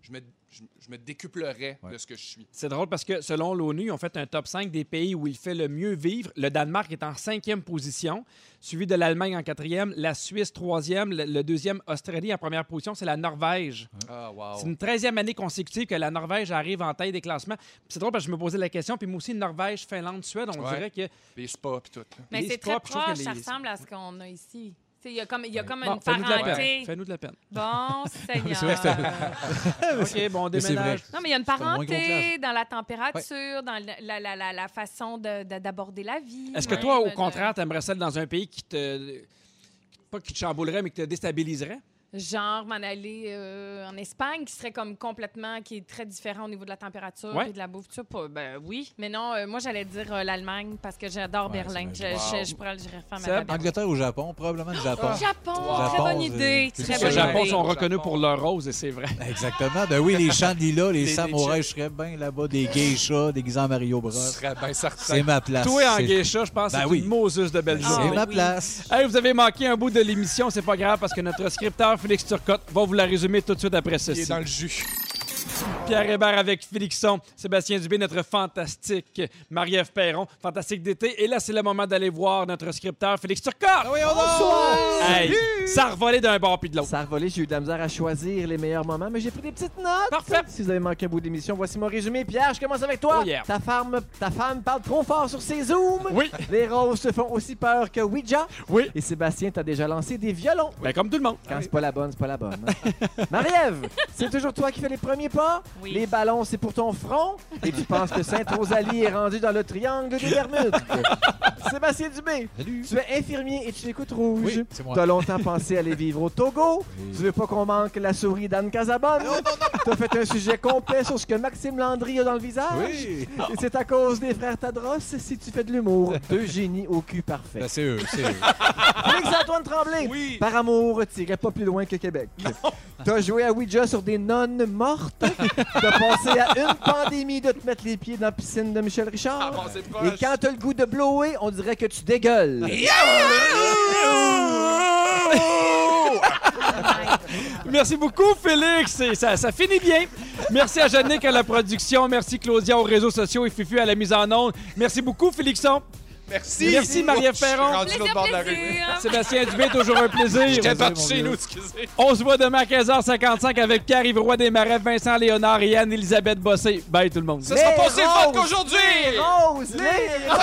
Speaker 2: je me, je- je me décuplerais de
Speaker 5: Ouais.
Speaker 2: ce que je suis.
Speaker 1: C'est drôle parce que selon l'ONU, ils ont fait un top 5 des pays où il fait le mieux vivre. Le Danemark est en cinquième position, suivi de l'Allemagne en quatrième, la Suisse troisième, le, le deuxième Australie en première position, c'est la Norvège.
Speaker 2: Ah, wow.
Speaker 1: C'est une 13e année consécutive que la Norvège arrive en tête des classements. Puis C'est drôle parce que je me posais la question, puis moi aussi, Norvège, Finlande, Suède, on
Speaker 2: Ouais.
Speaker 1: dirait que
Speaker 2: Les spas pis tout. là.
Speaker 3: Mais
Speaker 1: Les
Speaker 3: c'est très
Speaker 1: spas, puis je trouve que
Speaker 3: proche, ça
Speaker 1: les-
Speaker 3: ressemble à ce qu'on a ici. Tu sais, Il y a comme, il y a comme
Speaker 1: Bon,
Speaker 3: une
Speaker 1: fais-nous de la
Speaker 3: parenté.
Speaker 1: peine. Fais-nous de la peine.
Speaker 3: Bon,
Speaker 5: mais c'est vrai que
Speaker 3: Seigneur.
Speaker 1: OK, bon, on
Speaker 5: Mais c'est
Speaker 1: déménage.
Speaker 3: Non, mais il y a une
Speaker 5: C'est un moins gros
Speaker 3: parenté
Speaker 5: clash.
Speaker 3: dans la température, dans la, la- la- la- la façon de- de- d'aborder la vie.
Speaker 1: Est-ce que
Speaker 3: même,
Speaker 1: toi, au
Speaker 3: de-
Speaker 1: contraire, t'aimerais ça être dans un pays qui te. Pas qui te chamboulerait, mais qui te déstabiliserait?
Speaker 3: Genre, m'en aller euh, en Espagne, qui serait comme complètement, qui est très différent au niveau de la température
Speaker 1: Ouais.
Speaker 3: et de la bouffe, tout ça. Pas- ben oui. Mais non, euh, moi, j'allais dire euh, l'Allemagne parce que j'adore
Speaker 5: Ouais,
Speaker 3: Berlin. Je,
Speaker 5: c'est
Speaker 2: vrai.
Speaker 3: je, je pourrais- j'irais faire ma
Speaker 1: Seb?
Speaker 3: vie à Berlin.
Speaker 5: Angleterre ou Japon? Probablement le Japon.
Speaker 3: Japon,
Speaker 5: Wow.
Speaker 3: très bonne
Speaker 5: Japon,
Speaker 3: idée. Très
Speaker 5: c'est- c'est-
Speaker 1: Les
Speaker 3: bonne
Speaker 5: Le
Speaker 1: Japon
Speaker 3: idée.
Speaker 1: sont reconnus pour leur rose, et c'est vrai.
Speaker 5: Exactement. Ben oui, les chandeliers, les
Speaker 2: Des- des
Speaker 5: samouraïs, je serais bien là-bas, des geishas, déguisés en Mario Bros.
Speaker 2: Tu serais bien certain.
Speaker 5: C'est ma place.
Speaker 1: Toi, en
Speaker 5: C'est-
Speaker 1: geisha, je pense
Speaker 5: Ben
Speaker 1: que c'est
Speaker 5: oui. Ah,
Speaker 1: une Moses de belle
Speaker 5: C'est
Speaker 3: Ah
Speaker 1: journée.
Speaker 5: ma place.
Speaker 1: Hey, vous avez manqué un bout de l'émission, c'est pas grave parce que notre scripteur Félix Turcotte va vous la résumer tout de suite après
Speaker 2: Il
Speaker 1: ceci.
Speaker 2: est dans le jus.
Speaker 1: Pierre Hébert avec Félixon, Sébastien Dubé, notre fantastique Marie-Ève Perron, fantastique d'été. Et là, c'est le moment d'aller voir notre scripteur Félix Turcotte.
Speaker 2: Ah
Speaker 1: Hey, ça a revolé d'un bord puis de l'autre.
Speaker 7: Ça a revolé, j'ai eu de la misère à choisir les meilleurs moments, mais j'ai pris des petites notes.
Speaker 1: Parfait.
Speaker 7: Si vous avez manqué un bout de l'émission, voici mon résumé. Pierre, je commence avec toi.
Speaker 1: Oh yeah.
Speaker 7: ta, femme, ta femme parle trop fort sur ses zooms.
Speaker 1: Oui,
Speaker 7: Les roses se font aussi peur que Ouija.
Speaker 1: oui.
Speaker 7: Et Sébastien, t'as déjà lancé des violons.
Speaker 1: Ben, comme tout le monde.
Speaker 7: Quand c'est pas la bonne, c'est pas la bonne. hein. Marie-Ève, c'est toujours toi qui fais les premiers pas.
Speaker 3: Oui.
Speaker 7: Les ballons, c'est pour ton front. Et tu penses que Sainte-Rosalie est rendue dans le triangle des Bermudes. Sébastien Dubé,
Speaker 5: Salut.
Speaker 7: tu es infirmier et tu écoutes rouge.
Speaker 5: Oui, c'est moi.
Speaker 7: T'as longtemps pensé aller vivre au Togo.
Speaker 5: Oui.
Speaker 7: Tu veux pas qu'on manque la souris d'Anne Casabonne. T'as fait un sujet complet sur ce que Maxime Landry a dans le visage.
Speaker 5: Oui.
Speaker 7: Et c'est à cause des frères Tadros si tu fais de l'humour. Deux génies au cul parfait.
Speaker 5: Ben, c'est eux, c'est eux.
Speaker 7: Félix-Antoine Tremblay, par amour, tirait pas plus loin que Québec. T'as joué à Ouija sur des nonnes mortes. T'as pensé à une pandémie de te mettre les pieds dans la piscine de Michel
Speaker 5: Ah,
Speaker 7: Richard.
Speaker 2: bon, c'est
Speaker 7: Et
Speaker 2: proche.
Speaker 7: quand t'as le goût de blower, on dirait que tu dégueules.
Speaker 1: Merci beaucoup, Félix. Et ça, ça finit bien. Merci à Jannick à la production. Merci, Claudia, aux réseaux sociaux et Fufu à la mise en onde. Merci beaucoup, Félixon.
Speaker 2: Merci.
Speaker 1: Merci, Marie-Ève
Speaker 2: Je suis
Speaker 1: Perron.
Speaker 2: rendu l'autre
Speaker 3: Plaisir,
Speaker 2: bord de la rue.
Speaker 3: plaisir. hein.
Speaker 1: Sébastien Dubé, toujours un plaisir.
Speaker 2: J'étais parti
Speaker 5: mon
Speaker 2: chez
Speaker 5: vieux.
Speaker 2: nous, excusez.
Speaker 1: On se voit demain à 15h55 avec Pierre-Yves Roy des Marais, Vincent Léonard et Anne-Elisabeth Bossé. Bye, tout le monde.
Speaker 2: Ça sera
Speaker 7: Les
Speaker 2: pas aussi fun
Speaker 7: roses,
Speaker 2: qu'aujourd'hui.
Speaker 7: Rose, les roses.